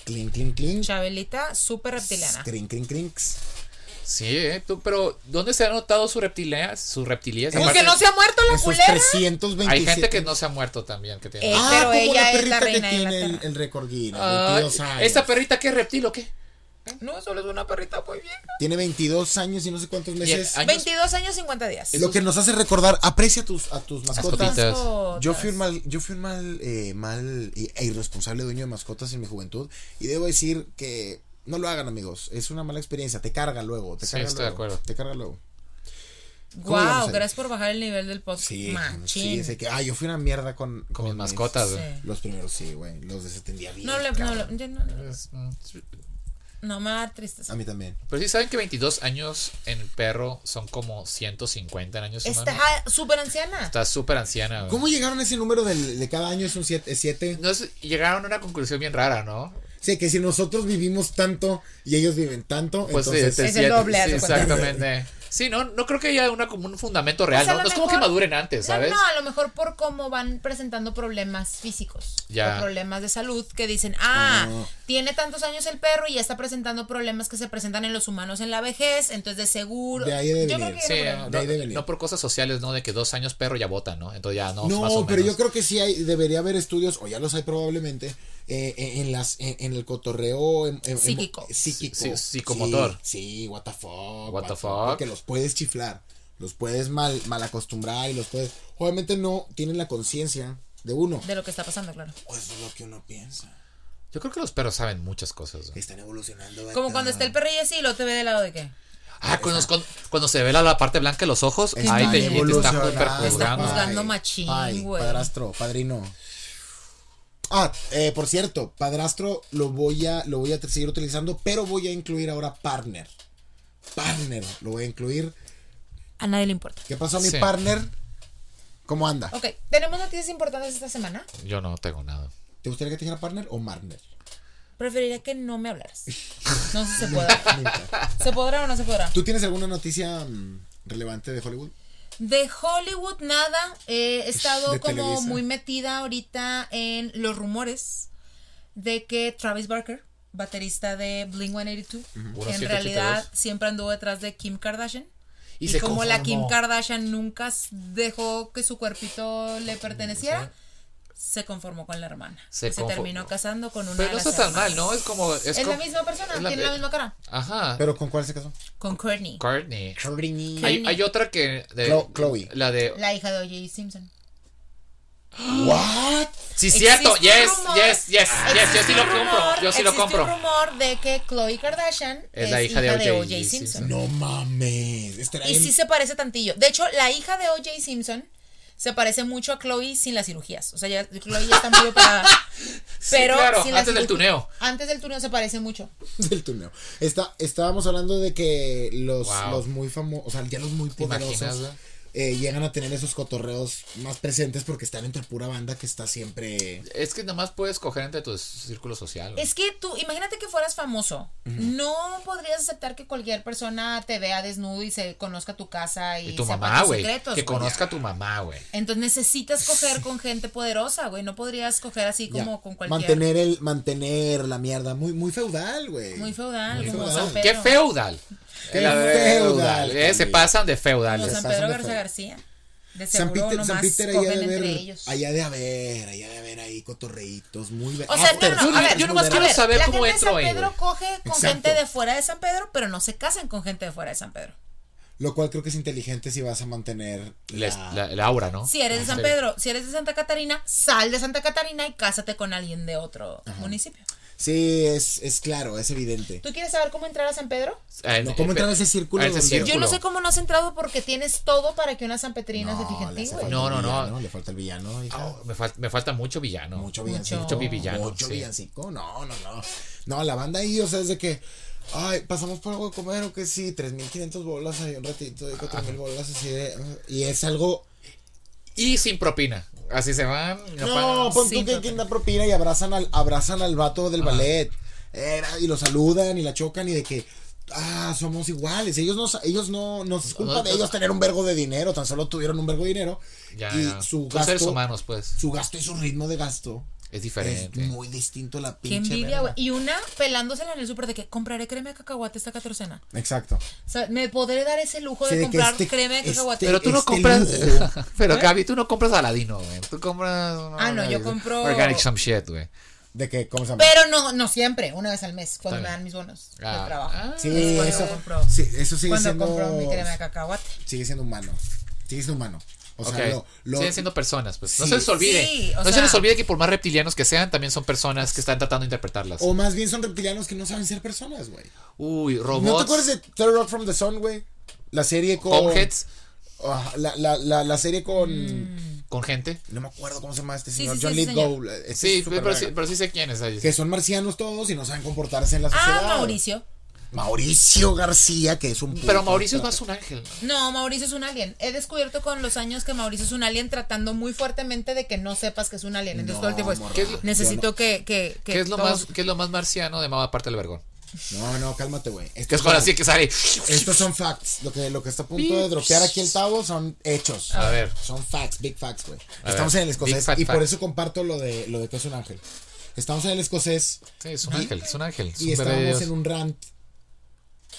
Clink, clink, clink. Chabelita, súper reptiliana. Clink, clink, clinks. Sí, eh, tú, pero ¿dónde se ha notado su reptilia? Su reptilia. Como Porque Aparte- no se ha muerto la Esos culera. 327. Hay gente que no se ha muerto también. Que tiene... Eh, Ah, Pero como ella la es perrita la reina de que tiene el, Inglaterra. el récord Guinness, Ah, 22 años. ¿Esta perrita qué es reptil o qué? No, solo es una perrita muy vieja. Tiene 22 años y no sé cuántos meses. años. 22 años, 50 días. Lo que nos hace recordar, aprecia a tus, a tus mascotas. Mascotitas. Yo fui un mal, yo fui un mal, eh, mal y- e irresponsable dueño de mascotas en mi juventud. Y debo decir que no lo hagan, amigos. Es una mala experiencia. Te carga luego. Te Sí, carga estoy de luego, acuerdo. Te carga luego. ¿Cómo le Wow, llamas a- gracias por bajar el nivel del podcast. eh, Sí. Sí, Machín. sé que. Ah, yo fui una mierda con. Con mis mis- mascotas. güey. Sí. Los primeros, sí, güey. Los desatendía bien. no, le, no, cabrón. le- ya no, no, Es, mm, no me da tristeza. A mí también. Pero sí saben que 22 años en perro son como 150 en años humanos. Está súper anciana. Está súper anciana. güey. ¿Cómo llegaron a ese número del- de cada año? Es un 7. No sé, llegaron a una conclusión bien rara, ¿no? Sí, que si nosotros vivimos tanto y ellos viven tanto, Pues sí, entonces. te Es el sientes- doble, haz sí, de cuenta. exactamente. Sí, no, no creo que haya una, como un fundamento real, O sea, Pues a lo ¿no? No es como que mejor- maduren antes, No, ¿sabes? No, a lo mejor por cómo van presentando problemas físicos Ya. o problemas de salud que dicen, ah, Ah. tiene tantos años el perro y ya está presentando problemas que se presentan en los humanos en la vejez, entonces de seguro. De ahí debe yo venir. creo que Sí, era por ahí. no, de ahí de venir. no por cosas sociales, ¿no? De que dos años perro ya votan, ¿no? Entonces ya no. más No, o pero menos. yo creo que sí hay, debería haber estudios, o ya los hay probablemente, eh, en, en las, en, en el cotorreo em- em- Psíquico. em- psíquico. Sí, sí, psicomotor. Sí, sí, what the fuck. What the fuck. Porque los puedes chiflar, los puedes mal, mal acostumbrar y los puedes. Obviamente no tienen la conciencia de uno. De lo que está pasando, claro. O eso es lo que uno piensa. Yo creo que los perros saben muchas cosas. ¿no? Están evolucionando. Como cuando está el perrillo así y lo te ve del lado de qué. Ah, cuando, cuando- cuando se ve la, la parte blanca de los ojos, Están ahí te, te está evolucionando. súper Te está juzgando. juzgando Ay, machín, ay, güey. Padrastro, padrino. Ah, eh, por cierto, padrastro lo voy a lo voy a seguir utilizando, pero voy a incluir ahora partner. Partner, lo voy a incluir. A nadie le importa. ¿Qué pasó a mi Sí. partner? ¿Cómo anda? Ok, tenemos noticias importantes esta semana. Yo no tengo nada. ¿Te gustaría que te dijera partner o partner? Preferiría que no me [laughs] hablaras. No sé si se podrá. ¿Se podrá o no se podrá? ¿Tú tienes alguna noticia mm, relevante de Hollywood? De Hollywood nada, eh, he estado De como Televisa. muy metida ahorita en los rumores de que Travis Barker, baterista de Blink 182, en 1782. realidad siempre anduvo detrás de Kim Kardashian. Y Y, se como la Kim conformó. Kardashian nunca s- dejó que su cuerpito le perteneciera, se conformó con la hermana. Se Se, conformó. terminó casando con una Pero de no las está tan mal, hermanas. ¿no? Es como. Es, Es, como- la misma persona, es la- tiene la misma cara. Ajá. ¿Pero con cuál se casó? Con Courtney, Courtney. Courtney. Hay, hay otra que. De, Clo- Chloe. La de. la hija de O.J. Simpson. What? Sí, cierto. Existe Yes, un rumor- yes, yes, yes. existe Yo sí lo un compro. rumor- Yo sí existe lo un compro. rumor de que Khloe Kardashian es la hija, de O.J. Simpson. No mames. Estará Y bien- sí se parece tantillo. De hecho, la hija de O.J. Simpson se parece mucho a Chloe sin las cirugías. O sea, ya, Chloe ya está muy [laughs] operada. Pero claro, sin las antes del cirugías- tuneo. Antes del tuneo se parece mucho. [laughs] del tuneo. Está, estábamos hablando de que los, Wow. los muy famosos, o sea, ya los muy imaginas, poderosos güey? eh, llegan a tener esos cotorreos más presentes porque están entre pura banda que está siempre... Es que nomás puedes coger entre tu círculo social. güey. Es que tú, imagínate que fueras famoso. No podrías aceptar que cualquier persona te vea desnudo y se conozca tu casa y, y tu sepa mamá, tus güey. secretos, pues, Que güey. conozca a tu mamá, güey. Entonces necesitas coger con gente poderosa, güey. No podrías coger así como ya, con cualquier. mantener el mantener la mierda muy muy feudal, güey. Muy feudal, Muy como feudal. San Pedro. ¡Qué feudal! Qué La verdad, feudal, eh, se también. pasan de Los feudales. Los San pasan Pedro de Garza fe. García. De San seguro Peter, San nomás Peter allá cogen de entre haber, ellos. allá de haber, allá de haber ahí cotorreitos, muy O sea, no, afters, no, no, a ver, yo nomás a quiero ver, saber la cómo gente de entro ahí, San Pedro güey. coge con Exacto. gente de fuera de San Pedro, pero no se casan con gente de fuera de San Pedro. Lo cual creo que es inteligente si vas a mantener Les- la- la, la aura, ¿no? Si eres Ah, de San Sí. Pedro, si eres de Santa Catarina, sal de Santa Catarina y cásate con alguien de otro municipio. Sí, es, es claro, es evidente. ¿Tú quieres saber cómo entrar a San Pedro? Ah, en- No, ¿Cómo eh, entrar a ese círculo? a ese donde- círculo. Yo no sé cómo no has entrado porque tienes todo para que una San Petrina se fije en le ti, hace güey. Oh, falta No, el no, no. villano, Le falta el villano, hija. Ah, me, fal- me falta mucho villano. Mucho villancico. Mucho villano, Mucho sí. villancico. No, no, no. No, la banda ahí, o sea, es de que. Ay, pasamos por algo de comer o que sí, 3.500 bolas ahí un ratito, de 4.000 bolas así de. Y es algo. Y sin propina. Así se van. No, pues, pagan. pon Sí, tú que pero- quien da propina y abrazan al, abrazan al vato del ballet. Era, y lo saludan y la chocan y de que. Ah, somos iguales. Ellos no, sa- ellos no, no es culpa No, de no. ellos tener un vergo de dinero. Tan solo tuvieron un vergo de dinero. Ya, y ya. su Son seres gasto- humanos, pues. Su gasto y su ritmo de gasto Es es diferente. muy distinto a la Qué pinche. verga. envidia, güey. Y una pelándosela en el súper de que compraré crema de cacahuate esta catorcena. Exacto. O sea, me podré dar ese lujo Sí, de de que comprar este- crema de este- cacahuate. Pero tú no este compras. lujo. [laughs] Pero Gaby, tú no compras Aladino, güey. Tú compras. ¿Eh? Ah, no, yo güey, compro- Organic some shit, güey. De que, ¿cómo se llama? Pero no, no siempre, una vez al mes, cuando Está me bien. dan mis bonos Ah, de trabajo. ah. sí, es cuando eso, compro- sí, eso sigue cuando siendo. compro mi crema de cacahuate. Sigue siendo humano. Sigue siendo humano. O sea, Ok. lo, lo- Siguen siendo personas, pues. No Sí. se les olvide. Sí, o no se sea- les olvide que por más reptilianos que sean, también son personas que están tratando de interpretarlas. O más bien son reptilianos que no saben ser personas, güey. Uy, robots. ¿No te acuerdas de Terror Rock from the Sun, güey? La serie con. Homeheads Ajá, la, la, la, la serie con. con gente. No me acuerdo cómo se llama este Mm. Sí, señor. sí, sí, John sí, Lithgow. Este Sí, es súper pero sí, verga. pero sí sé quién es ahí. Que son marcianos todos y no saben comportarse en la Ah, sociedad. Mauricio. Mauricio García, que es un. Pero puto Mauricio es tra- más un ángel. ¿no? No, Mauricio es un alien. He descubierto con los años que Mauricio es un alien tratando muy fuertemente de que no sepas que es un alien. Entonces No, todo el tiempo es, morra, ¿Qué es lo- necesito yo que, que, que ¿Qué es lo todos- más, qué es lo más marciano de Mau aparte del vergón? No, no, cálmate, güey. Que Estos es con son- así que sale. Estos son facts. Lo que, lo que está a punto de dropear aquí el Tavo son hechos. A ver. Son facts, big facts, güey. A Estamos ver, en el big escocés fat y por fact. eso comparto lo de, lo de que es un ángel. Estamos en el escocés Sí, es un ángel, es un ángel. es y un bebé de estábamos Dios. en un rant.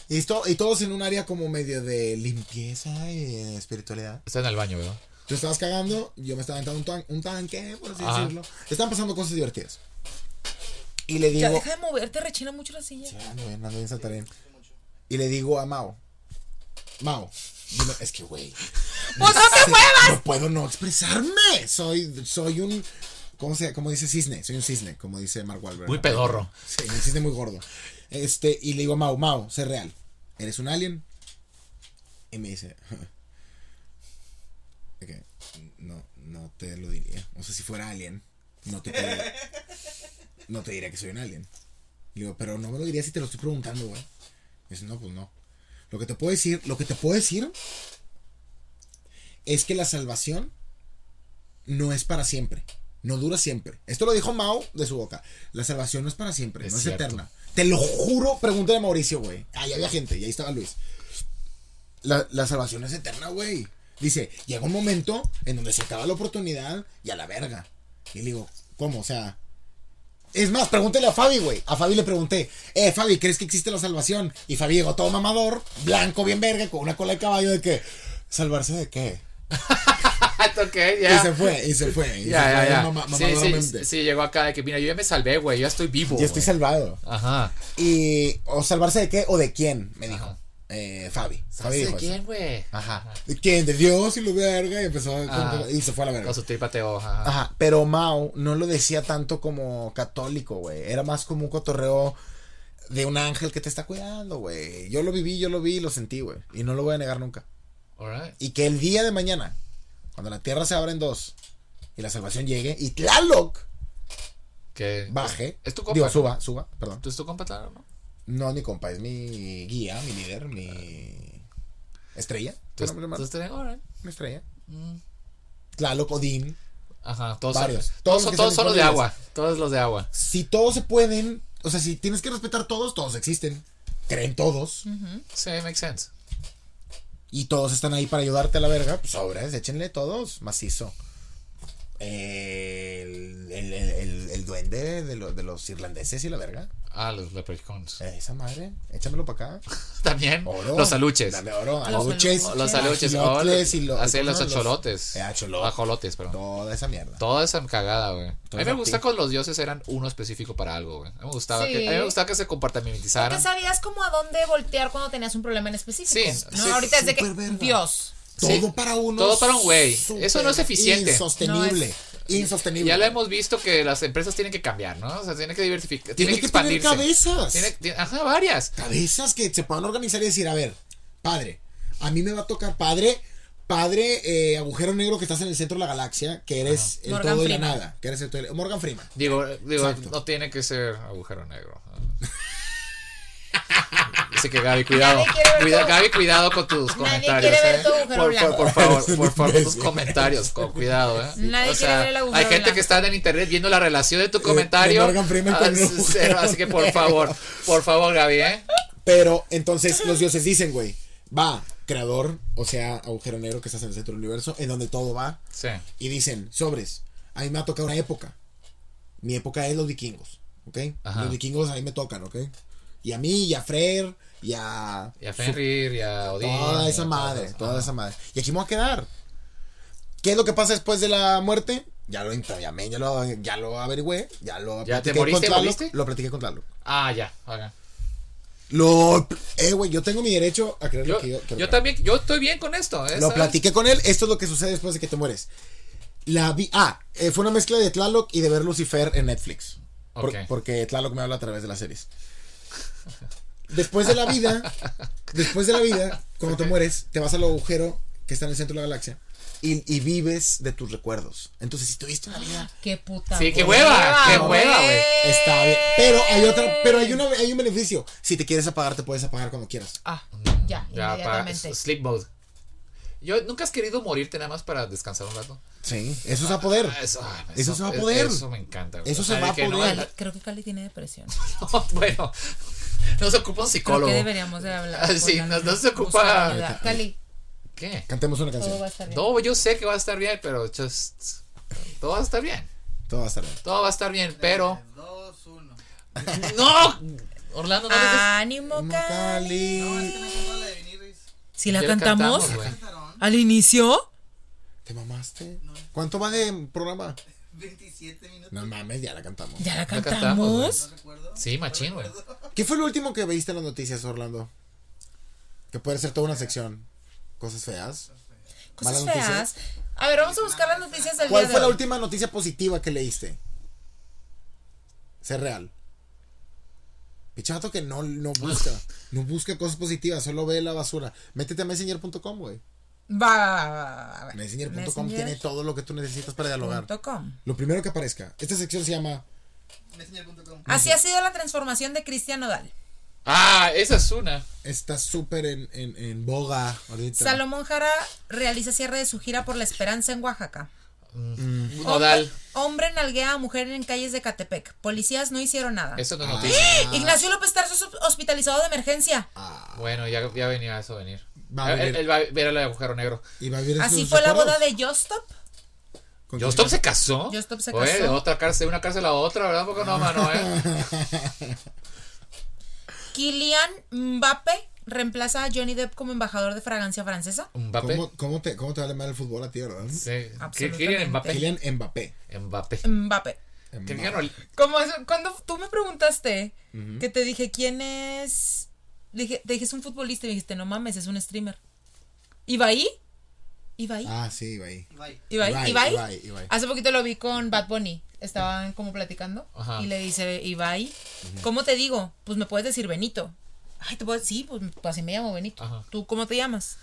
Y, esto, y todos en un área como medio de limpieza y de espiritualidad. Está en el baño, ¿verdad? Tú estabas cagando, yo me estaba aventando un, tan- un tanque, por así Ajá. decirlo. Estaban pasando cosas divertidas. Y le Ya digo... deja de moverte, rechina mucho la silla. Ya, ando bien, ando bien saltarín. Y le digo a Mao, Mao, yo no- es que güey. [laughs] este, ¡Pues no te muevas! No puedo no expresarme. Soy, soy un, ¿cómo se, cómo dice cisne? Soy un cisne, como dice Mark Wahlberg. Muy ¿no? pedorro. [laughs] Sí, un cisne muy gordo. Este, y le digo a Mao, Mao, sé real. ¿Eres un alien? Y me dice, [laughs] ok, no, no te lo diría. O sea, si fuera alien, no te podría- no te diría que soy un alien. Le digo, pero no me lo diría si te lo estoy preguntando, güey. Me dice, no, pues no. Lo que te puedo decir, lo que te puedo decir es que la salvación no es para siempre. No dura siempre. Esto lo dijo Mao de su boca. La salvación no es para siempre, Es no cierto. es eterna. Te lo juro, pregúntale a Mauricio, güey. Ahí había gente, y ahí estaba Luis. La, la salvación es eterna, güey. Dice, llega un momento en donde se acaba la oportunidad y a la verga. Y le digo, ¿cómo? O sea, es más, pregúntele a Fabi, güey. A Fabi le pregunté, eh, Fabi, ¿crees que existe la salvación? Y Fabi llegó todo mamador, blanco, bien verga, con una cola de caballo de que, ¿salvarse de qué? Ah, ok, Y se ya. fue, y se fue. Y se Ya, fue ya, mama- ya. Sí, sí, mamadoramente. sí, sí, llegó acá de que, mira, yo ya me salvé, güey. Yo ya estoy vivo. Yo estoy güey. salvado. Ajá. Y, ¿o salvarse de qué o de quién? Me dijo, Ajá. eh, Fabi. Fabi ¿Sabes dijo de eso. quién, güey? Ajá. ¿De quién? De Dios y lo verga. Y empezó, Ajá. a y se fue a la verga. Con su tripateo, ajá. Ajá, pero Mao no lo decía tanto como católico, güey. Era más como un cotorreo de un ángel que te está cuidando, güey. Yo lo viví, yo lo vi y lo sentí, güey. Y no lo voy a negar nunca. Alright. Y que el día de mañana, cuando la tierra se abra en dos y la salvación llegue y Tlaloc Que- baje, Es tu compa. digo, ¿no? suba, suba, perdón. ¿Tú es tu compa, claro, no? No, es mi compa, es mi guía, mi líder, mi estrella. Tú, ¿Cómo tú se llama? estás- alright. Mi estrella. Mm. Tlaloc, Odín. Ajá, todos, Varios. son- Todos todos, los que son- todos están son los de disponibles. agua. Todos los de agua. Si todos se pueden, o sea, si tienes que respetar todos, todos existen. Creen todos. Sí, makes sense. y todos están ahí para ayudarte a la verga, pues sobres, échenle todos, macizo. El, el, el, el- el duende de, lo- de los irlandeses y la verga. Ah, los leprechauns. Eh, Oh, Esa madre, échamelo para acá. [laughs] También. Oro. Los aluches. Dame oro, Los aluches. aluches. Los aluches. Ajilotles oh, y lo- hacer los ¿cómo eran acholotes. Eh, acholotes. Ajolotes, perdón. Toda esa mierda. Toda esa cagada, güey. A Toda mí me esa gusta pi- con los dioses eran uno específico para algo, güey. A mí me gustaba, Sí. que, a mí me gustaba que se Porque compartimentizaran. sabías como a dónde voltear cuando tenías un problema en específico. Sí, ¿no? sí, Ahorita es de que súper verga. Dios. Sí. Todo para uno. Todo para un güey. Eso no es súper eficiente. Insostenible. Y Insostenible. ya lo hemos visto que las empresas tienen que cambiar, ¿no? O sea, tienen que diversificar. Tiene Tienen que, que tener expandirse. cabezas. Tiene- tiene- ajá, varias. Cabezas que se puedan organizar y decir, a ver, padre, a mí me va a tocar padre, padre, eh, agujero negro que estás en el centro de la galaxia, que eres el Morgan todo y la Freeman. nada, que eres el todo y la- Morgan Freeman. Digo, digo Exacto. no tiene que ser agujero negro. [laughs] Dice que Gaby, cuidado. Nadie quiere ver Cuida- tu- Gaby, cuidado con Nadie tus comentarios. quiere ver ¿eh? tu agujero por, blanco. Por, por favor, [laughs] Eres por un favor, con tus imbécil. comentarios, con cuidado. ¿eh? Nadie O quiere sea, ver el agujero Hay gente blanco. que está en internet viendo la relación de tu comentario. Eh, de Morgan Freeman Ah, con un sí, agujero cero, así que por negro. favor, por favor, Gaby, ¿eh? Pero entonces [laughs] los dioses dicen, güey, va, creador, o sea, agujero negro que estás en el centro del universo, en donde todo va, Sí. y dicen, sobres, a mí me ha tocado una época. Mi época es los vikingos, ¿ok? Ajá. Los vikingos a mí me tocan, ¿ok? Y a mí, y a Freyr, y a... Y a Fenrir y a Odín. Toda y Ah, esa a madre, todos. toda esa madre. Y aquí me voy a quedar. ¿Qué es lo que pasa después de la muerte? Ya lo entramé, ya lo, ya lo averigüé, ya lo ¿Ya te platiqué moriste, con Tlaloc, moriste? Lo platiqué con Tlaloc. Ah, ya. haga. Lo, eh, güey, yo tengo mi derecho a creer Yo, lo que yo, que lo yo creo. también, yo estoy bien con esto. ¿eh? Lo ¿Sabes? platiqué con él. Esto es lo que sucede después de que te mueres. La vi- ah, eh, fue una mezcla de Tlaloc y de ver Lucifer en Netflix. Por- Ok. porque Tlaloc me habla a través de las series. Después de la [laughs] vida, después de la vida, cuando te mueres, te vas al agujero que está en el centro de la galaxia y, y vives de tus recuerdos. Entonces, si tuviste una vida, Qué puta. Sí, qué hueva, qué hueva, güey. está bien. Pero hay otra, pero hay, una, hay un beneficio. Si te quieres apagar, te puedes apagar cuando quieras. Ah, ya, Mm, Ya, para inmediatamente. sleep mode. Yo, ¿Nunca has querido morirte nada más para descansar un rato? Sí, eso es a poder. Ah, Eso, ah, Eso se va a poder. Eso me encanta. güey. Eso O sea, se va de a que no, poder. la- Creo que Cali tiene depresión. [laughs] no, bueno, no se ocupa Creo un psicólogo. que deberíamos de hablar. Ah, sí, con no- alguien. no se ocupa- Buscar ayuda. Cali, ¿Qué? Cantemos una todo va a canción. estar bien. No, yo sé que va a estar bien, pero just- todo va a estar bien. Todo va a estar bien. Todo va a estar bien, [laughs] pero. Dos, uno. ¡No! Orlando, no dices- Ánimo, Cali. No, es Cali. que me encantó la de Viniris. Si la Ya cantamos güey. Tarón, al inicio. ¿Te mamaste? ¿Cuánto va de programa? 27 minutos. No mames, ya la cantamos. Ya la cantamos, cantamos. No recuerdo. Sí, machín, güey. ¿Qué fue lo último que veiste en las noticias, Orlando? Que puede ser toda una sección. Cosas feas. Cosas Malas noticias. feas. A ver, vamos a buscar las noticias del ¿Cuál día fue de la hoy. última noticia positiva que leíste? Ser real. Pichato que no, no Ah. busca. No busca cosas positivas, solo ve la basura. Métete a messenger.com, güey. Va, va, va, va, va, va. Messenger.com tiene todo lo que tú necesitas para dialogar. Messenger.com. Lo primero que aparezca. Esta sección se llama Messenger.com. Así ha sido la transformación de Cristian Nodal. Ah, esa es una. Está súper en, en, en boga ahorita. Salomón Jara realiza cierre de su gira por la esperanza en Oaxaca. Mm. Nodal. Hombre nalguea a mujer en calles de Catepec. Policías no hicieron nada. Eso no es Ah. noticia. Ignacio López Tarso es hospitalizado de emergencia. Ah. Bueno, ya, ya venía eso a venir. Va a él, venir. él va a ver el agujero negro. Y va a haber Así esos fue la boda recuerdos. de Justop. ¿Con quién ¿Yostop se se casó? Yostop se Oye, casó. de otra cárcel, de una cárcel a otra, ¿verdad? Porque no, mano, [laughs] ¿eh? Kylian Mbappé reemplaza a Johnny Depp como embajador de fragancia francesa. Mbappé. ¿Cómo, cómo te, ¿Cómo te vale mal el fútbol a ti, verdad? Sí. ¿Qué Absolutamente. quieren Mbappé? Kylian Mbappé. Mbappé. Mbappé. ¿Qué Mbappé. quieren? Como es- cuando tú me preguntaste que te dije quién es. Dije, te dije es un futbolista y me dijiste, no mames, es un streamer. ¿Ibai? ¿Ibai? Ah, sí, iba ahí. Bye. ¿Ibai? Ibai, ¿Ibai? Ibai, Ibai. Hace poquito lo vi con Bad Bunny. Estaban como platicando. Ajá. Y le dice, Ibai, ¿cómo te digo? Pues me puedes decir Benito. Ay, te puedo sí, pues, pues, así me llamo Benito. Ajá. ¿Tú cómo te llamas?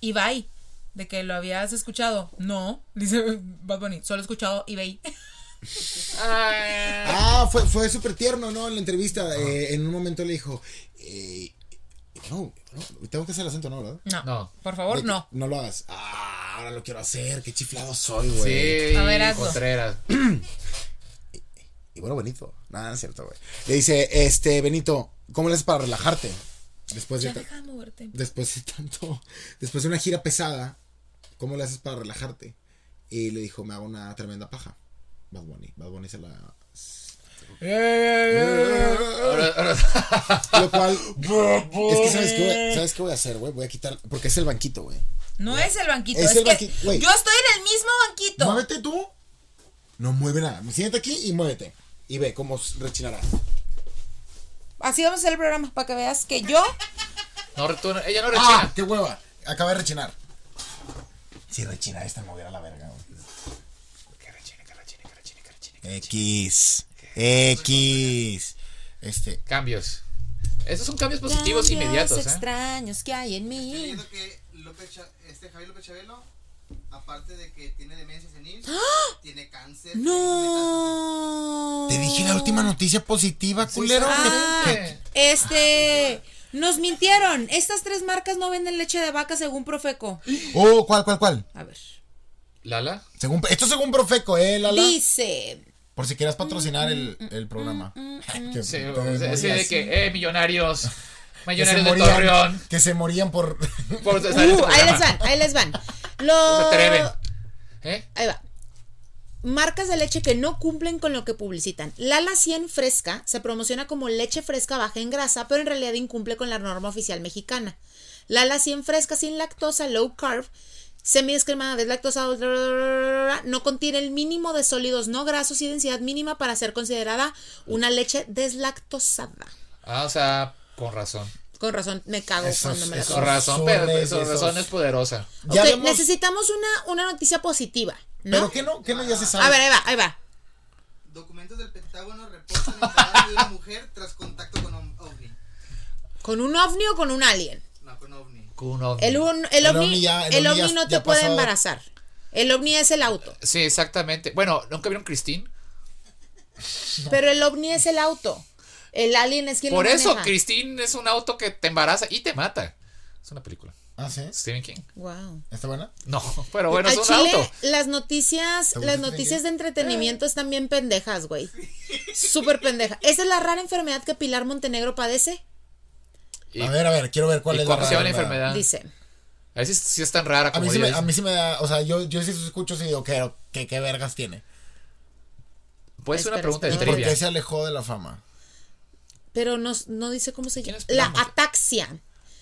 Ibai. De que lo habías escuchado. No, dice [laughs] Bad Bunny, solo he escuchado Ibai. [laughs] Ah, Ah, fue, fue súper tierno, ¿no? En la entrevista, eh, en un momento le dijo, eh, no, no, tengo que hacer el acento, ¿no, verdad? No, No. por favor, De que- no. No lo hagas. Ah, ahora lo quiero hacer, qué chiflado soy, güey. Sí, A ver, hazlo. Contreras. Y bueno, Benito, nada, es cierto, güey. Le dice, este, Benito, ¿cómo le haces para relajarte? Después de, Ya ta- deja de moverte. después de tanto, después de una gira pesada, ¿cómo le haces para relajarte? Y le dijo, me hago una tremenda paja. Bad Bunny, Bad Bunny se la... Ahora, Lo cual. es que, ¿sabes qué, voy, ¿sabes qué voy a hacer, güey? Voy a quitar. Porque es el banquito, güey. No es el banquito. Es Es, el que banqui- güey. yo estoy en el mismo banquito. Muévete tú. No mueve nada. Siéntate aquí y muévete. Y ve cómo s- rechinará. Así vamos a hacer el programa para que veas que yo. No, re- tú no- ella no ¡Ah! rechina. ¡Qué hueva! Acaba de rechinar. Si rechina esta, me voy a la verga, güey. Que rechine, que rechine, que rechine, que rechine. X. X. Este. Cambios. Esos son cambios positivos Cambios inmediatos, ¿eh? extraños que hay en Estoy mí. leyendo que López Cha- este Javier López Chabelo, aparte de que tiene demencia senil, ¡Ah! tiene cáncer. No. Te dije la última noticia positiva, culero. Ah, este. Nos mintieron. Estas tres marcas no venden leche de vaca según Profeco. Oh, ¿cuál, cuál, cuál? A ver. Lala. Según, esto según Profeco, ¿eh, Lala? Dice. Por si quieras patrocinar mm, el, el programa. Que Sí, te ese de morías. que, eh, [laughs] millonarios. Que se Millonarios de morían, Torreón. que se morían [laughs] por... Por Uh, estar en este ahí les programa. van, ahí les van. [laughs] No se Lo. atreven. ¿Eh? Ahí va. Marcas de leche que no cumplen con lo que publicitan. Lala 100 fresca se promociona como leche fresca baja en grasa, pero en realidad incumple con la norma oficial mexicana. Lala 100 fresca sin lactosa, low carb, semidescremada, deslactosa, bla, bla, bla, bla, bla, no contiene el mínimo de sólidos no grasos y densidad mínima para ser considerada una leche deslactosada. Ah, o sea, con razón. Con razón, me cago Esos- cuando me la esos- Con razón, Zorres pero pero esos. su razón es poderosa. Ya Ok, vemos- necesitamos una, una noticia positiva, ¿no? Pero que no, que no ya se sabe. A ver, ahí va, ahí va. Documentos del Pentágono reportan el trabajo de una mujer tras contacto con un ovni. ¿Con un ovni o con un alien? No, con ovni. Kuno. El, un- el El ovni, ovni ya- el el ovni ovni ya- no te ya puede pasó. embarazar. El ovni es el auto. Sí, exactamente. Bueno, ¿nunca vieron Christine? Pero el ovni es el auto. El alien es quien Por lo eso, maneja. Christine es un auto que te embaraza y te mata. Es una película. Ah, ¿sí? Stephen King. Wow. ¿Está buena? No, [laughs] pero bueno, es Al un chile, auto. las noticias, ¿Te gusta las Stephen noticias de entretenimiento están bien pendejas, güey. Súper pendeja. Esa es la rara enfermedad que Pilar Montenegro padece. Y, a ver, a ver, quiero ver cuál y es la cómo se llama la rara, enfermedad. Dice. A ver si, si es tan rara A como mí, sí me, ella a dice. mí sí me da... O sea, yo, yo sí escucho y digo, ¿qué, qué, qué vergas tiene? Puede ser una Espera, pregunta de ¿Y espera. por trivia. qué se alejó de la fama? Pero no, no dice cómo se llama. es La Pilar Monte- ataxia.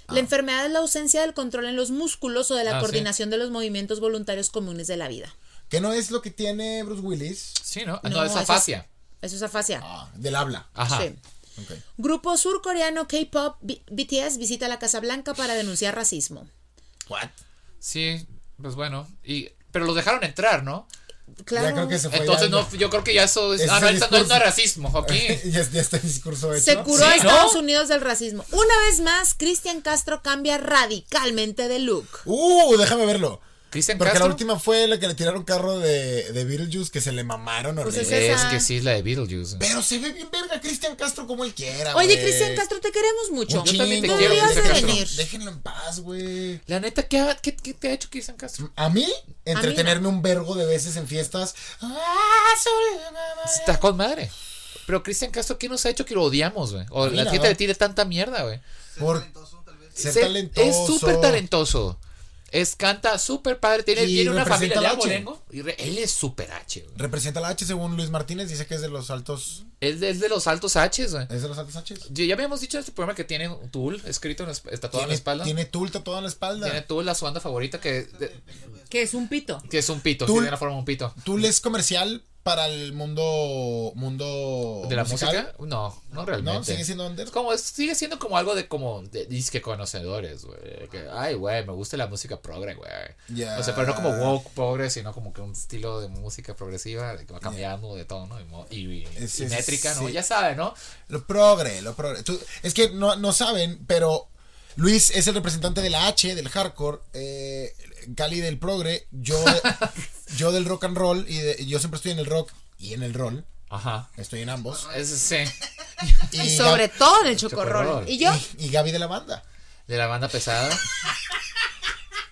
Ah. La enfermedad es la ausencia del control en los músculos o de la Ah, sí. coordinación de los movimientos voluntarios comunes de la vida. ¿Que no es lo que tiene Bruce Willis? Sí, ¿no? Ah, No, No, es eso es- afasia. Eso es afasia. Ah, del habla. Ajá. Sí. Ok. Grupo surcoreano K-pop B- BTS visita la Casa Blanca para denunciar racismo. What? Sí, pues bueno. Y, pero los dejaron entrar, ¿no? Claro. Ya creo que se fue. ya- Entonces, no, yo creo que ya eso es. Ese Ah, no, es esta no es discurso. racismo, [laughs] Joaquín. ya, ya está el discurso hecho. Se curó a Sí, ¿no? Estados Unidos del racismo. Una vez más, Cristian Castro cambia radicalmente de look. Uh, déjame verlo. Cristian Porque Castro. la última fue la que le tiraron carro de, de Beetlejuice que se le mamaron Pues horrible. es Es esa. que sí, es la de Beetlejuice. Pero se ve bien verga Cristian Castro como él quiera. Oye, güey. Cristian Castro, te queremos mucho. Un Yo también te chingo, quiero, güey. Cristian Déjenlo- Castro. Déjenlo en paz, güey. La neta, ¿qué, ha- qué, qué te ha hecho Cristian Castro? A mí, entretenerme un vergo de veces en fiestas. Ah, sobre la madre. Está con madre. Pero Cristian Castro, ¿qué nos ha hecho que lo odiamos, güey? O Mira, la gente ¿no? le tire tanta mierda, güey. Ser Por- talentoso, tal vez. Ser Se- talentoso. Es súper talentoso. Es, canta súper padre. Tiene, Y tiene una representa familia de al H. abolengo. Y re- él es súper H, güey. Representa la H según Luis Martínez. Dice que es de los altos. Es de, es de los altos H, güey. Es de los altos H. Ya ya habíamos dicho en este programa que tiene un Tool escrito en la, esp- tatuado en la Tiene, espalda. Tiene, tiene tulta toda en la espalda. Tool, la su banda favorita, que, de- Que es un pito. que es un pito. Tool. Tiene la forma de un pito. Tul es comercial para el mundo. mundo ¿De la musical. música? No, no realmente. No, sigue siendo under. Es como, es- sigue siendo como algo de como de disque conocedores, güey. que, Ay, güey, me gusta la música progre, güey. Ya. O sea, pero no como woke progre, sino como que un estilo de música progresiva de que va cambiando de tono y, mo- y- y- Es- y es- métrica, ¿no? sí. Ya sabe, ¿no? Lo progre, lo progre. Tú- es que no, no saben, pero Luis es el representante de la H, del hardcore, eh, Cali del progre, [laughs] yo, de- yo del rock and roll, y de- yo siempre estoy en el rock y en el roll, Ajá. estoy en ambos. Es, sí, Y, Y sobre todo en el chocorrol. chocorrol. ¿Y yo? Gaby- y Gaby de la banda. de la banda pesada.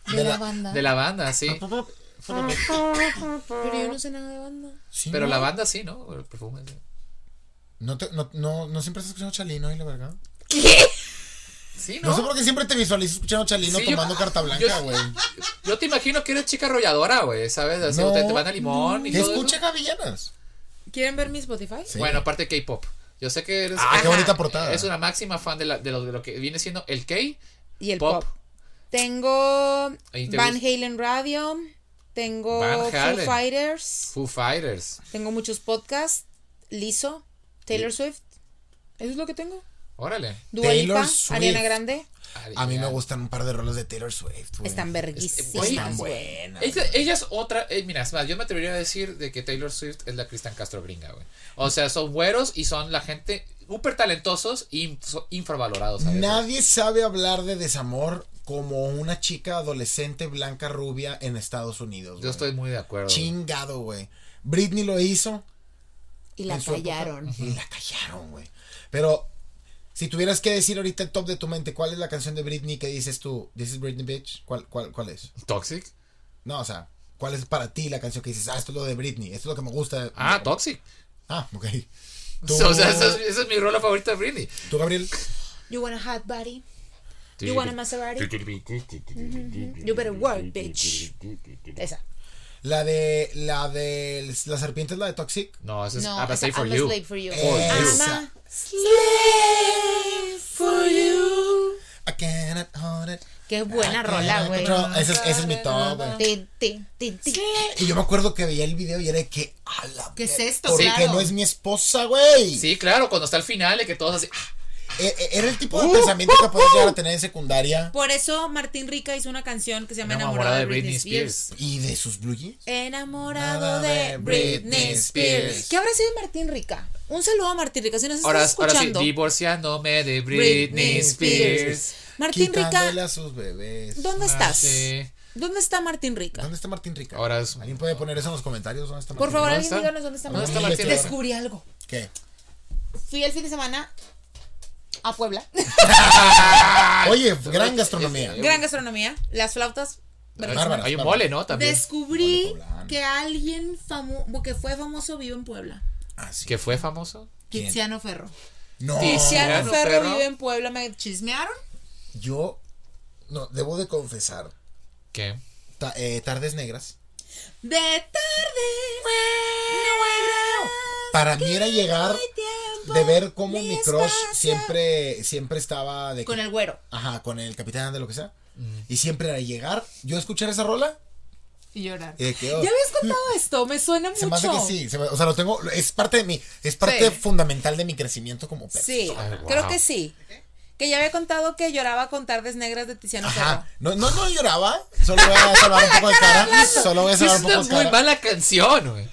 De la banda. De la banda, sí. Pero yo no sé nada de banda. Sí, Pero ¿no? la banda sí, ¿no? El perfume. sí. No, te- no, no, no siempre estás escuchando Chalino y la verdad. Sí, No, ¿no? sé por qué siempre te visualizo escuchando Chalino Sí, yo- tomando carta blanca, yo- [laughs] güey. Yo te imagino que eres chica arrolladora, güey, ¿sabes? Así, No, te, te van a limón y ¿Qué todo eso. escucha Gaby Llanas? ¿Quieren ver mi Spotify? Sí. Bueno, aparte K-pop. Yo sé que eres. Ah, qué bonita portada. Es una máxima fan de, la- de lo, de lo que viene siendo el K. Y el pop. Pop. Tengo Ahí te Van ves. Halen Radio. Tengo Van Foo Halen. Fighters. Foo Fighters. Tengo muchos podcasts. Lizzo. Taylor Swift. Eso es lo que tengo. Órale. Dua Taylor Lipa, Swift. Ariana Grande. A mí me gustan un par de rolas de Taylor Swift. güey. Están verguísimas. Oye, Están güey. buenas. Ella, ella es otra. eh, mira, es más, yo me atrevería a decir de que Taylor Swift es la Cristian Castro gringa, güey. O sea, son güeros y son la gente súper talentosos y inf- so- infravalorados. a veces. Nadie sabe hablar de desamor como una chica adolescente blanca rubia en Estados Unidos. Yo güey. estoy muy de acuerdo. güey. Chingado, güey. Britney lo hizo. Y la en su época. callaron. Y la callaron, güey. Pero si tuvieras que decir ahorita el top de tu mente, ¿cuál es la canción de Britney que dices tú? This is Britney bitch. ¿Cuál, cuál, cuál es? Toxic. No, o sea, ¿cuál es para ti la canción que dices? Ah, esto es lo de Britney. Esto es lo que me gusta. Ah, Toxic. Ah, [laughs] ok. Tú, O sea, esa es, esa es mi rola favorita de Britney. tú, Gabriel. You want a hot body? You want a Maserati? You better work, bitch. Esa. La de la de la serpiente es la de Toxic. No, esa es No, I'm a esa, slave for I'm a you. slave for you. For I'm you. a slave for you. I cannot hold it. Qué buena I rola, cannot güey. control. Ese, es- ese es mi top, güey. Tin, tin, tin, tin. Y yo me acuerdo que veía el video y era de que a la ¿Qué es ver- esto? Porque Claro. no es mi esposa, güey. Sí, claro, cuando está al final y que todos así. ah, E- e- Era el tipo de pensamiento que podías llegar a tener en secundaria Por eso Martín Rica hizo una canción que se llama enamorada Enamorado de Britney Spears. y de sus blue jeans. Enamorado de Britney Spears. ¿Qué habrá sido de Martín Rica? Un saludo a Martín Rica. Si nos Ahora, estás ahora sí, escuchando, divorciándome de Britney, Britney Spears. Martín quitándole Rica, a sus bebés. ¿dónde Ah, estás? sí. ¿Dónde está Martín Rica? ¿Dónde está Martín Rica? Ahora es- ¿Alguien puede poner eso en los comentarios? ¿Dónde está Por Martín favor, Rica? alguien está? díganos dónde está ¿Dónde Martín está Rica. Martín Rica? Descubrí algo. ¿Qué? Fui el fin de semana a Puebla. Oye, gran gastronomía. [laughs] Gran gastronomía. Las flautas. Bárbaras, Hay un bárbaras. mole, ¿no? También. Descubrí Mole poblano. que alguien famoso, que fue famoso, vive en Puebla. Ah, sí. Que fue famoso. ¿Quién? Tiziano Ferro. No. Tiziano Tiziano Ferro, Ferro. vive en Puebla. Me chismearon. Yo no debo de confesar ¿Qué? ta- eh, tardes negras. De tarde. no habrá Para mí era llegar tiempo de ver cómo ni mi crush espacio. siempre siempre estaba de que- Con el güero. ajá, con el capitán de lo que sea. Y siempre era llegar, yo escuchar esa rola Y llorar. y de que, ¿Ya oh, habías contado esto? Me suena mucho. se me hace que sí, se me- o sea, lo tengo, es parte de mi, es parte Sí. fundamental de mi crecimiento como persona. Sí, Ay, wow. creo que sí. Que ya había contado que lloraba con tardes negras de Tiziano Ferro. Ajá, no, no, no lloraba, solo voy a salvar un poco de cara, solo voy a Sí, salvar un es poco una de muy cara. mala canción, güey.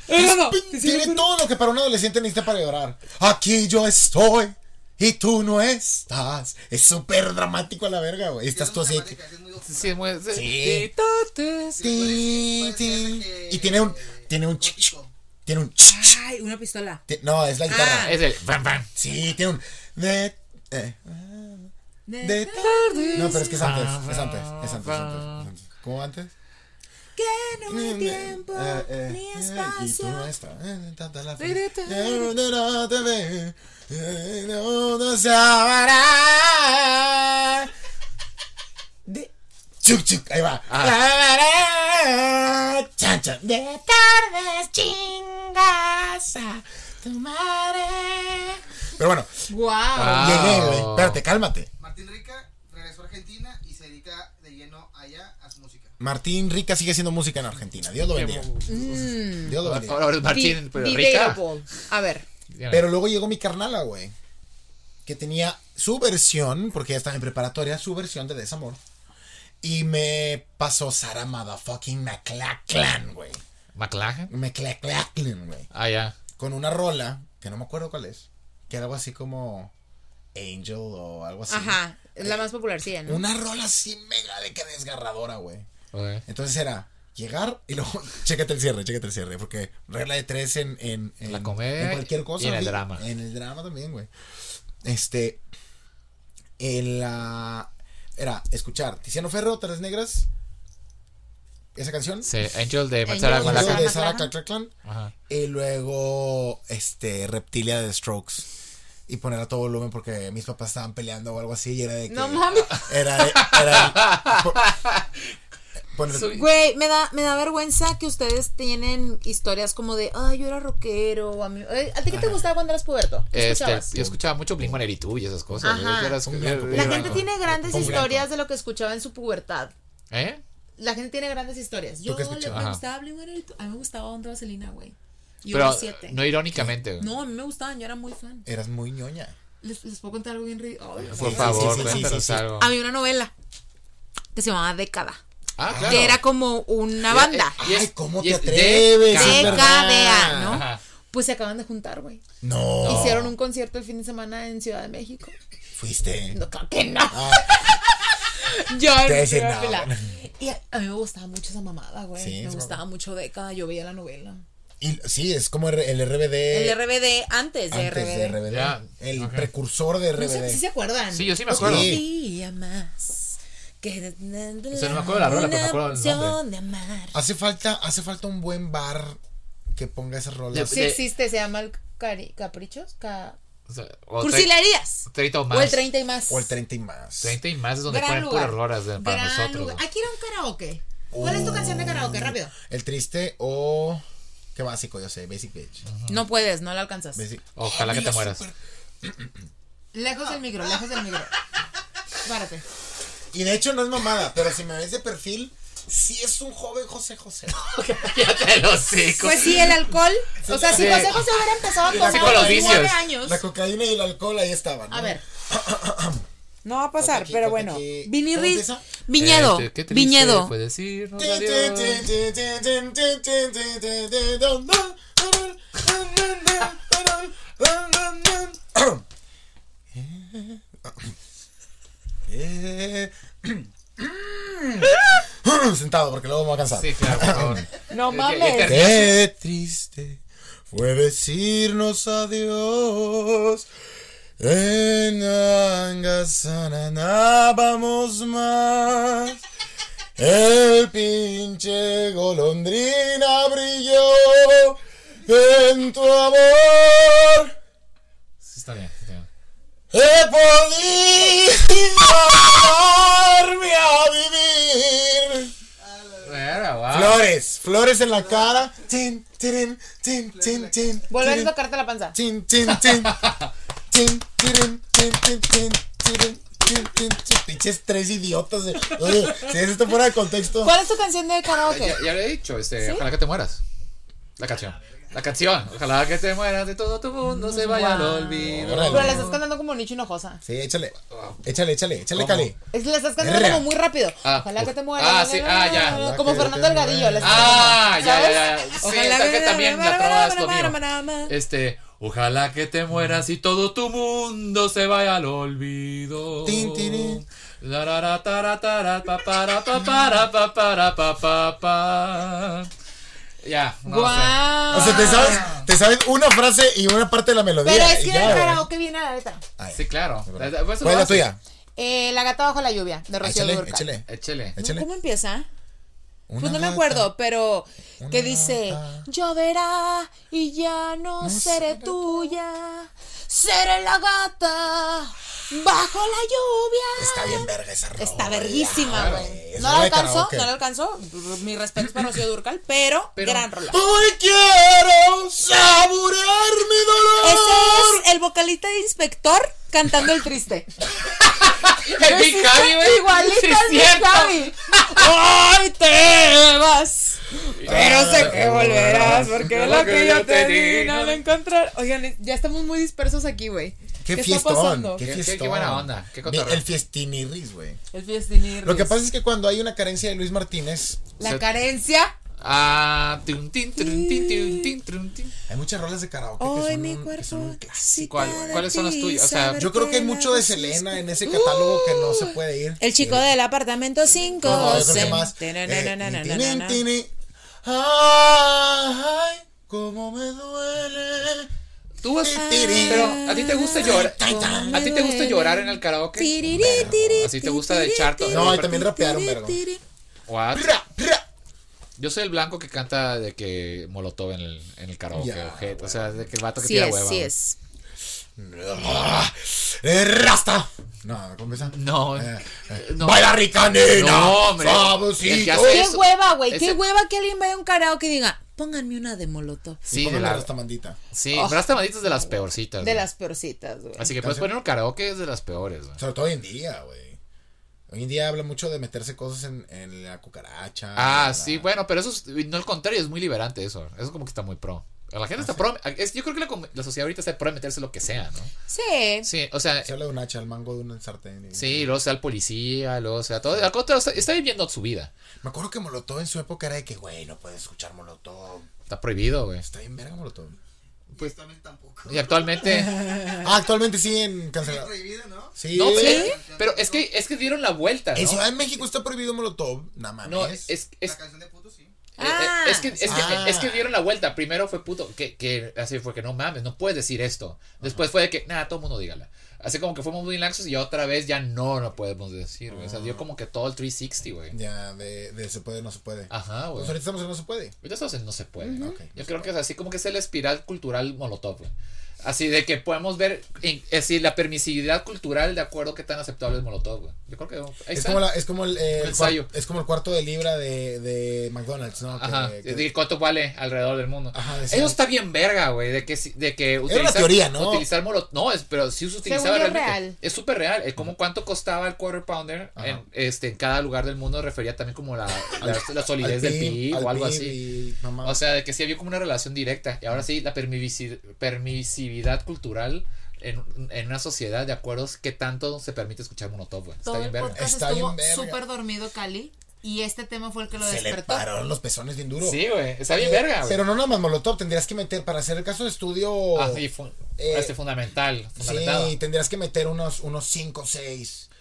Tiene todo lo que para un adolescente necesita para llorar. Aquí yo estoy y tú no estás. Es súper dramático a la verga, güey. Estás tú así. de que- Sí, es muy. Sí. Y totes. Ti, ti. Y tiene un. Tiene un. ch- ch- Tiene un. ch- ch- Ay, una pistola. ti- No, es la Ah. guitarra. Es el. Bam, bam. Sí, tiene un. De. eh, De de tardes No, pero es que es antes. Es antes. Es antes. es antes, es antes. ¿Cómo antes? que no hay tiempo Eh, eh, ni eh, Y tú espacio. no estás. eh, tanta la fe. Tirita. Eh, no te ve, eh, no nos amará. De- Chuc, chuc, ahí va. Amará, chan, chan. De tardes chingas a tu madre. Pero bueno, Wow. Ah. llegué, güey. Espérate, cálmate. Martín Rica regresó a Argentina y se dedica de lleno allá a su música. Martín Rica sigue haciendo música en Argentina. Dios lo bendiga. Mm. Dios lo bendiga. Ahora es Martín, Di- Ah, pero rica. debatable. A ver. Dígame. Pero luego llegó mi carnala, güey. Que tenía su versión, porque ya estaba en preparatoria, su versión de Desamor. Y me pasó Sara Motherfucking McLachlan, güey. McLaren. McLachlan, güey. Ah, ya. Con una rola, que no me acuerdo cuál es. Que era algo así como Angel o algo así. Ajá. La más popular, sí, ¿no? Una rola así mega de que desgarradora, güey. Ok. Entonces era llegar y luego, [laughs] chécate el cierre, chécate el cierre, porque regla de tres en, en, en- La comedia en cualquier cosa. y en el güey. drama. En el drama también, güey. Este, en la, era escuchar Tiziano Ferro, Tres Negras, esa canción. Sí, Angel de Angel Matsara de luego Malacan. de Malacan. Sarah Claclan, Ajá. y luego, este, Reptilia de Strokes. Y poner a todo volumen porque mis papás estaban peleando o algo así y era de que... No mames. Era de- era de- por- poner- Soy- Güey, me da, me da vergüenza que ustedes tienen historias como de, ay, yo era rockero. o A, mí, Ay, ¿a ti qué te gustaba cuando eras puberto? ¿Qué Este, escuchabas? yo escuchaba mucho Blink 182 y esas cosas. Ajá. güey, que ¿eh? eras- Un blanco, era- La era- gente tiene grandes Pongo historias blanco. de lo que escuchaba en su pubertad. ¿Eh? La gente tiene grandes historias. Yo qué le, escuchabas? me Ajá. gustaba Blink A mí me gustaba Onda Vaselina, güey. Y Pero uno siete. no irónicamente. güey. No, a mí me gustaban, yo era muy fan. Eras muy ñoña. Les, les puedo contar algo bien ridículo. Ay, Por Sí, favor, sí, sí, sí, cuéntanos sí, sí. algo. Había una novela que se llamaba Década. Ah, claro. Que era como una banda. Y es- Ay, ¿cómo y te es de- atreves? Ajá. eh, Es DKDA, verdad. ¿no? Ajá. Pues se acaban de juntar, güey. No. Hicieron un concierto el fin de semana en Ciudad de México. Fuiste. No, claro que no. Ah, [laughs] Yo en Te decía, primera no. fila. Y a, a mí me gustaba mucho esa mamada, güey. Sí, me es gustaba mucho década. Yo veía la novela. y, sí, es como R- el RBD. el RBD antes de Eh, antes de RBD. RBD. Ya, El ok. precursor de RBD. No sé si se acuerdan. Sí, yo sí me acuerdo. Sí. Día más. Que O sea, no me acuerdo la rola, pero me acuerdo del nombre. opción de amar. Hace falta, hace falta un buen bar que ponga esas rolas. Ya, Sí de- existe, se llama el cari- caprichos. Ca O sea, o tre- Cursilerías. 30 o O el más. 30 y más. O el 30 y más. 30 y más es donde ponen puras rolas de- para Gran nosotros. Uh. lugar. güey. Hay que ir a un karaoke. ¿Cuál es tu canción de karaoke? Rápido. El triste o. Qué básico, yo sé. Basic bitch. No puedes, no la alcanzas. Basic- Ojalá que te mueras. [laughs] Lejos del micro, lejos del micro. Párate. Y de hecho no es mamada, pero si me ves de perfil, sí es un joven José José. Ya te lo sé. Pues sí, el alcohol. O sea, si Sí. José José hubiera empezado a Sí, tomar con los a los nueve vicios. años. La cocaína y el alcohol ahí estaban. ¿no? A [coughs] ver. No va a pasar, Aquí, pero aquí. bueno. ¿Cómo Vinny Reed. empieza? Viñedo. Este, qué triste viñedo. fue decirnos Tin, tin, adiós. tin, tin, tin, tin, tin, tin, tin, tin, tin, don, don, don, don, don, don, don, don, don, don. Eh, eh, Sentado, porque luego me voy a cansar. Sí, claro, por [laughs] favor. No Ya- ya mames. terminé. Qué triste fue decirnos adiós. En ganábamos más. El pinche golondrina brilló en tu amor. Sí, está bien. está bien. He podido darme a vivir. Bueno, wow. Flores, flores en la cara. Tin, tirin, tin, tin, tin. Volver a tirin, tocarte la panza. Tin, tin, tin. Tin, tirin, tin, tin, tin, tirin, tin, tin, tin. Pinches tres idiotas. eh. Oye, si esto fuera de contexto. ¿Cuál es tu canción de karaoke? Ya, ya lo he dicho, este, ojalá que te mueras. La canción. La canción. Ojalá que te mueras de todo tu mundo, se vaya al olvido. Órale. Pero la estás cantando como Nicho Hinojosa. Sí, échale. Échale, échale, échale, ¿Cómo? Cali. Es que la estás cantando Verga. como muy rápido. Ah, Ojalá uf. que te mueras. Ah, la, sí, la, la, ah, la, ya. la, Como Ojalá que Fernando te Delgadillo. la estás Ah, ya, ya, cantando, ya. ¿sabes? Sí, Ojalá está que también la trova es lo mío. Ojalá Este, ojalá que te mueras y todo tu mundo se vaya al olvido. Tin, tirin. La, ra, ra, ta, ra, ta, ra, pa, pa, ra, pa, pa, ra, pa, pa, ra, pa, pa, pa. Ya, no sé. Guau. O sea, te sabes, te sabes una frase y una parte de la melodía. Pero es y que en ya, el ¿verdad? karaoke viene la letra. Ay, Sí, claro. ¿Cuál Pues, es la hace. tuya? Eh, la gata bajo la lluvia, de Rocío Ah, Échale, Dúrcal. échale. [laughs] Échele. No, Échale. ¿Cómo empieza? Una Pues no me gata. acuerdo, pero que Una dice, gata. lloverá y ya no, seré tuya, seré la gata bajo la lluvia. Está bien verga esa rola. Está verguísima, Claro, güey. es No rola de la alcanzó, karaoke. no la alcanzó. Mi respeto para Rocío Durcal, pero, Pero- gran rola. Hoy quiero saborear mi dolor. Ese es el vocalista de Inspector cantando [laughs] el triste. El Big Sí, Javi, güey. Igualito Sí, al Big [laughs] cierto. Javi. ¡Ay, te vas! Pero sé que volverás, porque lo que yo te di no lo encontrar. Oigan, ya estamos muy dispersos aquí, güey. Qué, está fiestón, pasando? qué Qué- qué- qué fiestón. buena onda, qué cotorreo. El fiestinirris, güey. El fiestinirris. Lo que pasa es que cuando hay una carencia de Luis Martínez, La carencia. Ah, tun, tin, trun, tin, tun, tin, trun, tin. hay muchas rolas de karaoke que Hoy son, mi un- que cuerpo. son un clásico. excita ¿Cuál, güey? de ¿Cuáles son las ti, tuyas? O sea, saber Yo creo que hay la mucho de resiste. Selena en ese catálogo que no se puede ir. El chico del apartamento 5. No, yo creo que más. Eh, tinin, tinin. Ay, cómo me duele. Tú vas- Tiri. Pero a ti te gusta llorar. A ti te gusta llorar en el karaoke. Así te gusta de charto. No, y también rapearon, verga. What? Pra, pra. Yo soy el blanco que canta de que Molotov en el, en el karaoke. Ya, ojete. o sea, de que el vato que Sí tira es, hueva. sí güey. es. Eh, Rasta. No, ¿cómo empieza? No, Eh, eh, no. Baila rica, nena. No, hombre. Sabrosito. El que Qué hace- Eso- hueva, güey. Qué ese- hueva que alguien vaya a un karaoke y diga, pónganme una de Molotov. Y Sí, de póngale la- Rasta mandita. sí, Oh. Rasta Bandita es de las peorcitas. De güey. las peorcitas, güey. Así que puedes poner un karaoke es de las peores. güey. Sobre todo hoy en día, güey. Hoy en día habla mucho de meterse cosas en, en la cucaracha. en Ah, la- sí, bueno, pero eso es, no al contrario, es muy liberante eso. Eso como que está muy pro. La gente Ah, está pro. es- yo creo que la, com- la sociedad ahorita está pro de meterse lo que sea, ¿no? Sí. Sí, o sea, Se habla de un hacha, el mango de un sartén. y- sí, luego sea el policía, luego sea todo. al contrario, está, está viviendo su vida. Me acuerdo que Molotov en su época era de que, güey, no puedes escuchar Molotov. Está prohibido, güey. Está bien verga Molotov. Pues también tampoco. Y actualmente. Ah, actualmente sí en Es cancelado. prohibido, ¿no? Sí. No, ¿Sí? pero, pero es que es que dieron la vuelta, En ¿no? Ciudad de México está prohibido Molotov. Nada más. No, es, es, La canción de puto, sí. Eh, Ah. eh, es, que, es, que, Ah. es que dieron la vuelta. Primero fue puto, que, que así fue que no mames, no puedes decir esto. Después fue de que, nada, todo mundo dígala. Así como que fuimos muy laxos y otra vez ya no lo podemos decir, güey. O Ah. sea, dio como que todo el 360, güey. Ya, de, de se puede, no se puede. Ajá, güey. Pues ahorita estamos en no se puede. Ahorita estamos en no se puede. Ujú. Ok, Yo creo que es así como que es el espiral cultural molotov, güey. Así de que podemos ver, en- es decir, la permisividad cultural de acuerdo que tan aceptable es molotov, güey. Yo creo que ahí Es está. como, la- es como el, eh, Un el ensayo. cuar- es como el cuarto de libra de, de McDonald's, ¿no? Que- Ajá, que- de cuánto vale alrededor del mundo. Ajá, de Eso cien. está bien verga, güey, de que si- de que una teoría, ¿no? Utilizar molo- no, es, pero sí se utilizaba yo es realmente. real. Es súper real, es como cuánto costaba el quarter pounder Ajá. en este en cada lugar del mundo refería también [laughs] como la, la, la al solidez del PIB, PIB al o algo PIB así. y mamá. O sea, de que sí había como una relación directa y ahora sí la permivisi- permisividad cultural en, en una sociedad de acuerdos que tanto se permite escuchar monotop, güey. Está Todo el bien verga. podcast Está estuvo bien verga. súper dormido, Cali. Y este tema fue el que lo se le despertó. pararon los pezones bien duro. Sí, güey, está bien verga, güey. Pero no nada más Molotov, tendrías que meter, para hacer el caso de estudio. Ah, sí, fun- eh, este fundamental, fundamentado. Sí, tendrías que meter unos, unos cinco, seis,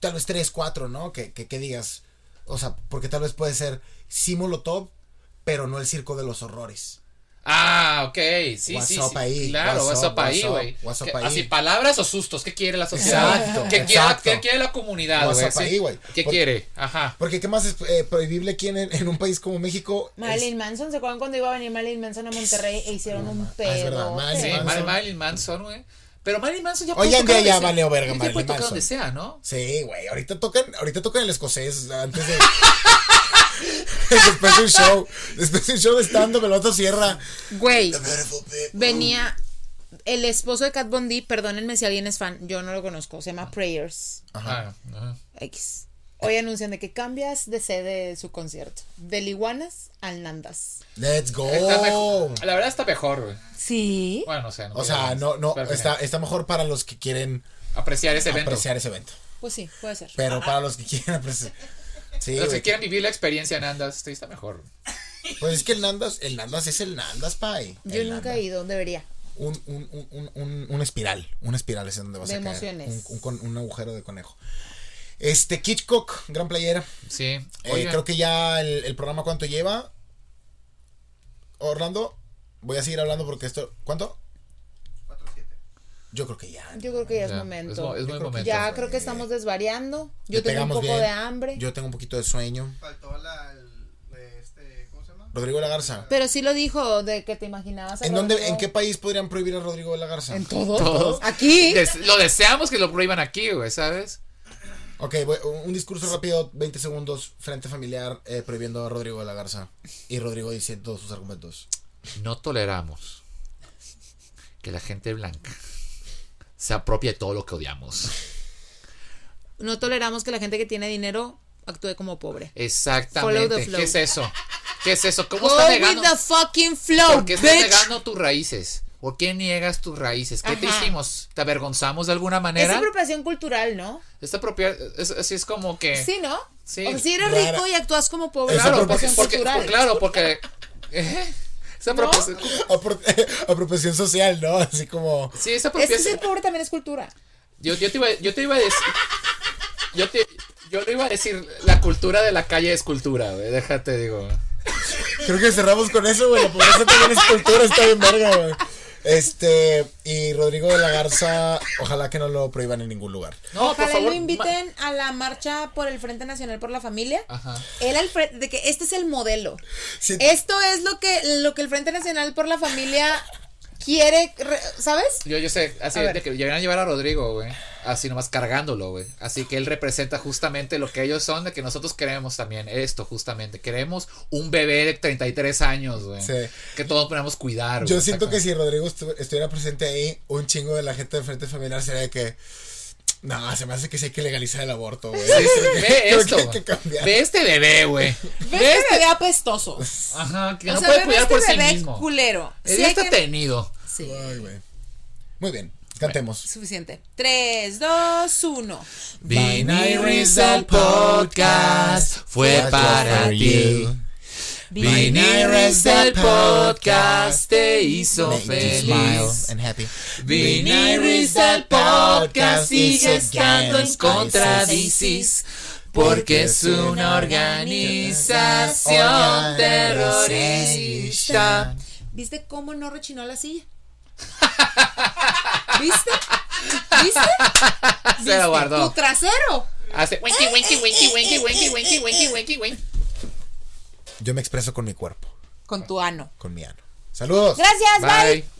tal vez tres, cuatro, ¿no? Que, que, que digas. O sea, porque tal vez puede ser sí Molotov, pero no el circo de los horrores. Ah, ok, sí, What's sí, up sí. ahí, Claro, what's what's up, up ahí, what's up, güey. what's up Que- ahí. Así, palabras o sustos, ¿qué quiere la sociedad? Exacto, ¿Qué, quiere, exacto. qué quiere la comunidad, What's güey? up ahí, güey. ¿Qué Por- quiere? Ajá. Porque ¿qué más es eh, prohibible aquí en, en un país como México? Marilyn Manson, ¿se acuerdan cuando iba a venir Marilyn Manson a Monterrey e hicieron un pedo? es verdad, Marilyn Sí, Manson. Mar- Marilyn Manson, güey. Pero Marilyn Manson ya Hoy en día donde ya sea. valió verga Ya puede Marilyn tocar donde Manson. sea, ¿no? Sí, güey. Ahorita tocan, ahorita tocan el escocés antes de. [laughs] después de un show. Después de un show de stand-up, el otro cierra. Güey, The beautiful people. venía el esposo de Cat Von D, perdónenme si alguien es fan, yo no lo conozco, se llama Prayers Ajá. Ah, ajá. X. Hoy anuncian de que cambias de sede de su concierto, del Iguanas al Nandas. Let's go. Está mejor- La verdad está mejor, güey. Sí. Bueno, o sea, no Oh. O quiero sea, más. no, no, Pero, está, está mejor para los que quieren Apreciar ese evento. apreciar ese evento. Pues sí, puede ser. Pero para los que quieren apreciar. Sí, Los güey. que quieren vivir la experiencia en Andas, sí, está mejor. güey. Pues es que el Nandas, el Nandas es el Nandas, pay. Yo El nunca Nandas. he ido, debería. Un, un, un, un, un, una espiral. Una espiral es en donde vas De a caer. emociones. Un, un con- un agujero de conejo. Este, Hitchcock, gran playera. Sí. Eh, Oigan, creo que ya el, el programa cuánto lleva. Orlando, voy a seguir hablando porque esto. ¿Cuánto? 4-7. Yo creo que ya. Yo creo que ya es ya, Es, momento. mo- es buen creo que momento. ya güey. creo que estamos desvariando. Yo Le tengo un pegamos poco bien. de hambre. Yo tengo un poquito de sueño. Faltó la. el- de este, ¿Cómo se llama? Rodrigo de la Garza. Pero sí lo dijo de que te imaginabas. a ¿En, dónde, Rodrigo. ¿En qué país podrían prohibir a Rodrigo de la Garza? En todo. Todo. Aquí. Des- lo deseamos que lo prohíban aquí, güey, ¿sabes? Ok, voy- un discurso rápido, 20 segundos, frente familiar eh, prohibiendo a Rodrigo de la Garza. Y Rodrigo dice todos sus argumentos. [laughs] no toleramos que la gente blanca se apropie de todo lo que odiamos. No toleramos que la gente que tiene dinero actúe como pobre. Follow the Exactamente. flow. ¿Qué es eso? ¿Qué es eso? ¿Cómo Go estás with negando? the fucking flow, ¿Por qué estás bitch. negando tus raíces? ¿Por qué niegas tus raíces? ¿Qué te Ajá. hicimos? ¿Te avergonzamos de alguna Es manera? apropiación cultural, ¿no? Esta propia es, así es como que Sí, ¿no? Sí. O sea, si eres Rara. rico y actúas como pobre, Es claro, claro, porque, apropiación porque- cultural. claro, porque [laughs] ¿eh? Esa apropiación- [laughs] Apro- Apropiación social, ¿no? Así como... Sí, esa Es que apropiación- ser pobre también es cultura. Yo, yo, te iba, yo te iba a decir. Yo te. Yo le iba a decir, la cultura de la calle es cultura, güey. Déjate, digo. Creo que cerramos con eso, güey. La pobreza también es cultura, está bien verga, güey. Este, y Rodrigo de la Garza, ojalá que no lo prohíban en ningún lugar. No, Ojalá y por favor. lo ma- inviten a la marcha por el Frente Nacional por la Familia. Ajá. Él al frente, de que este es el modelo. Eh. Sí. Esto es lo que, lo que el Frente Nacional por la Familia quiere, re- ¿sabes? Yo, yo sé, así A ver. de que llegan a llevar a Rodrigo, güey. Así nomás cargándolo, güey. Así que él representa justamente lo que ellos son, de que nosotros queremos también esto, justamente. Queremos un bebé de 33 años, güey. Sí. Que todos podemos cuidar, Yo güey, siento que si exactamente. Rodrigo estu- estuviera presente ahí, un chingo de la gente del Frente Familiar sería de que. No, se me hace que sí hay que legalizar el aborto, güey. [laughs] Ve Creo esto. que hay que güey. cambiar. Ve este bebé, güey. Ve este bebé apestoso. Ajá, o que no sea, puede ve cuidar este por sí bebé mismo. Eh, este culero. Él Sí ya hay está que- tenido. Sí. Ay, güey. Muy bien, cantemos. Suficiente. 3, 2, 1. Vinny Rizal Podcast fue Watch out para for ti. you. Vinny Rizal Podcast te hizo Make you smile feliz. and happy. Vinny Rizal Podcast sigue estando en contradicis porque es una organización terrorista. ¿Viste cómo no rechinó la silla? [laughs] ¿Viste? ¿Viste? Se lo Tu guardó. trasero. Hace winky, winky, winky, winky, winky, winky, winky, winky, winky. Yo me expreso con mi cuerpo, Con tu ano. con mi ano. Saludos. Gracias, bye. Bye.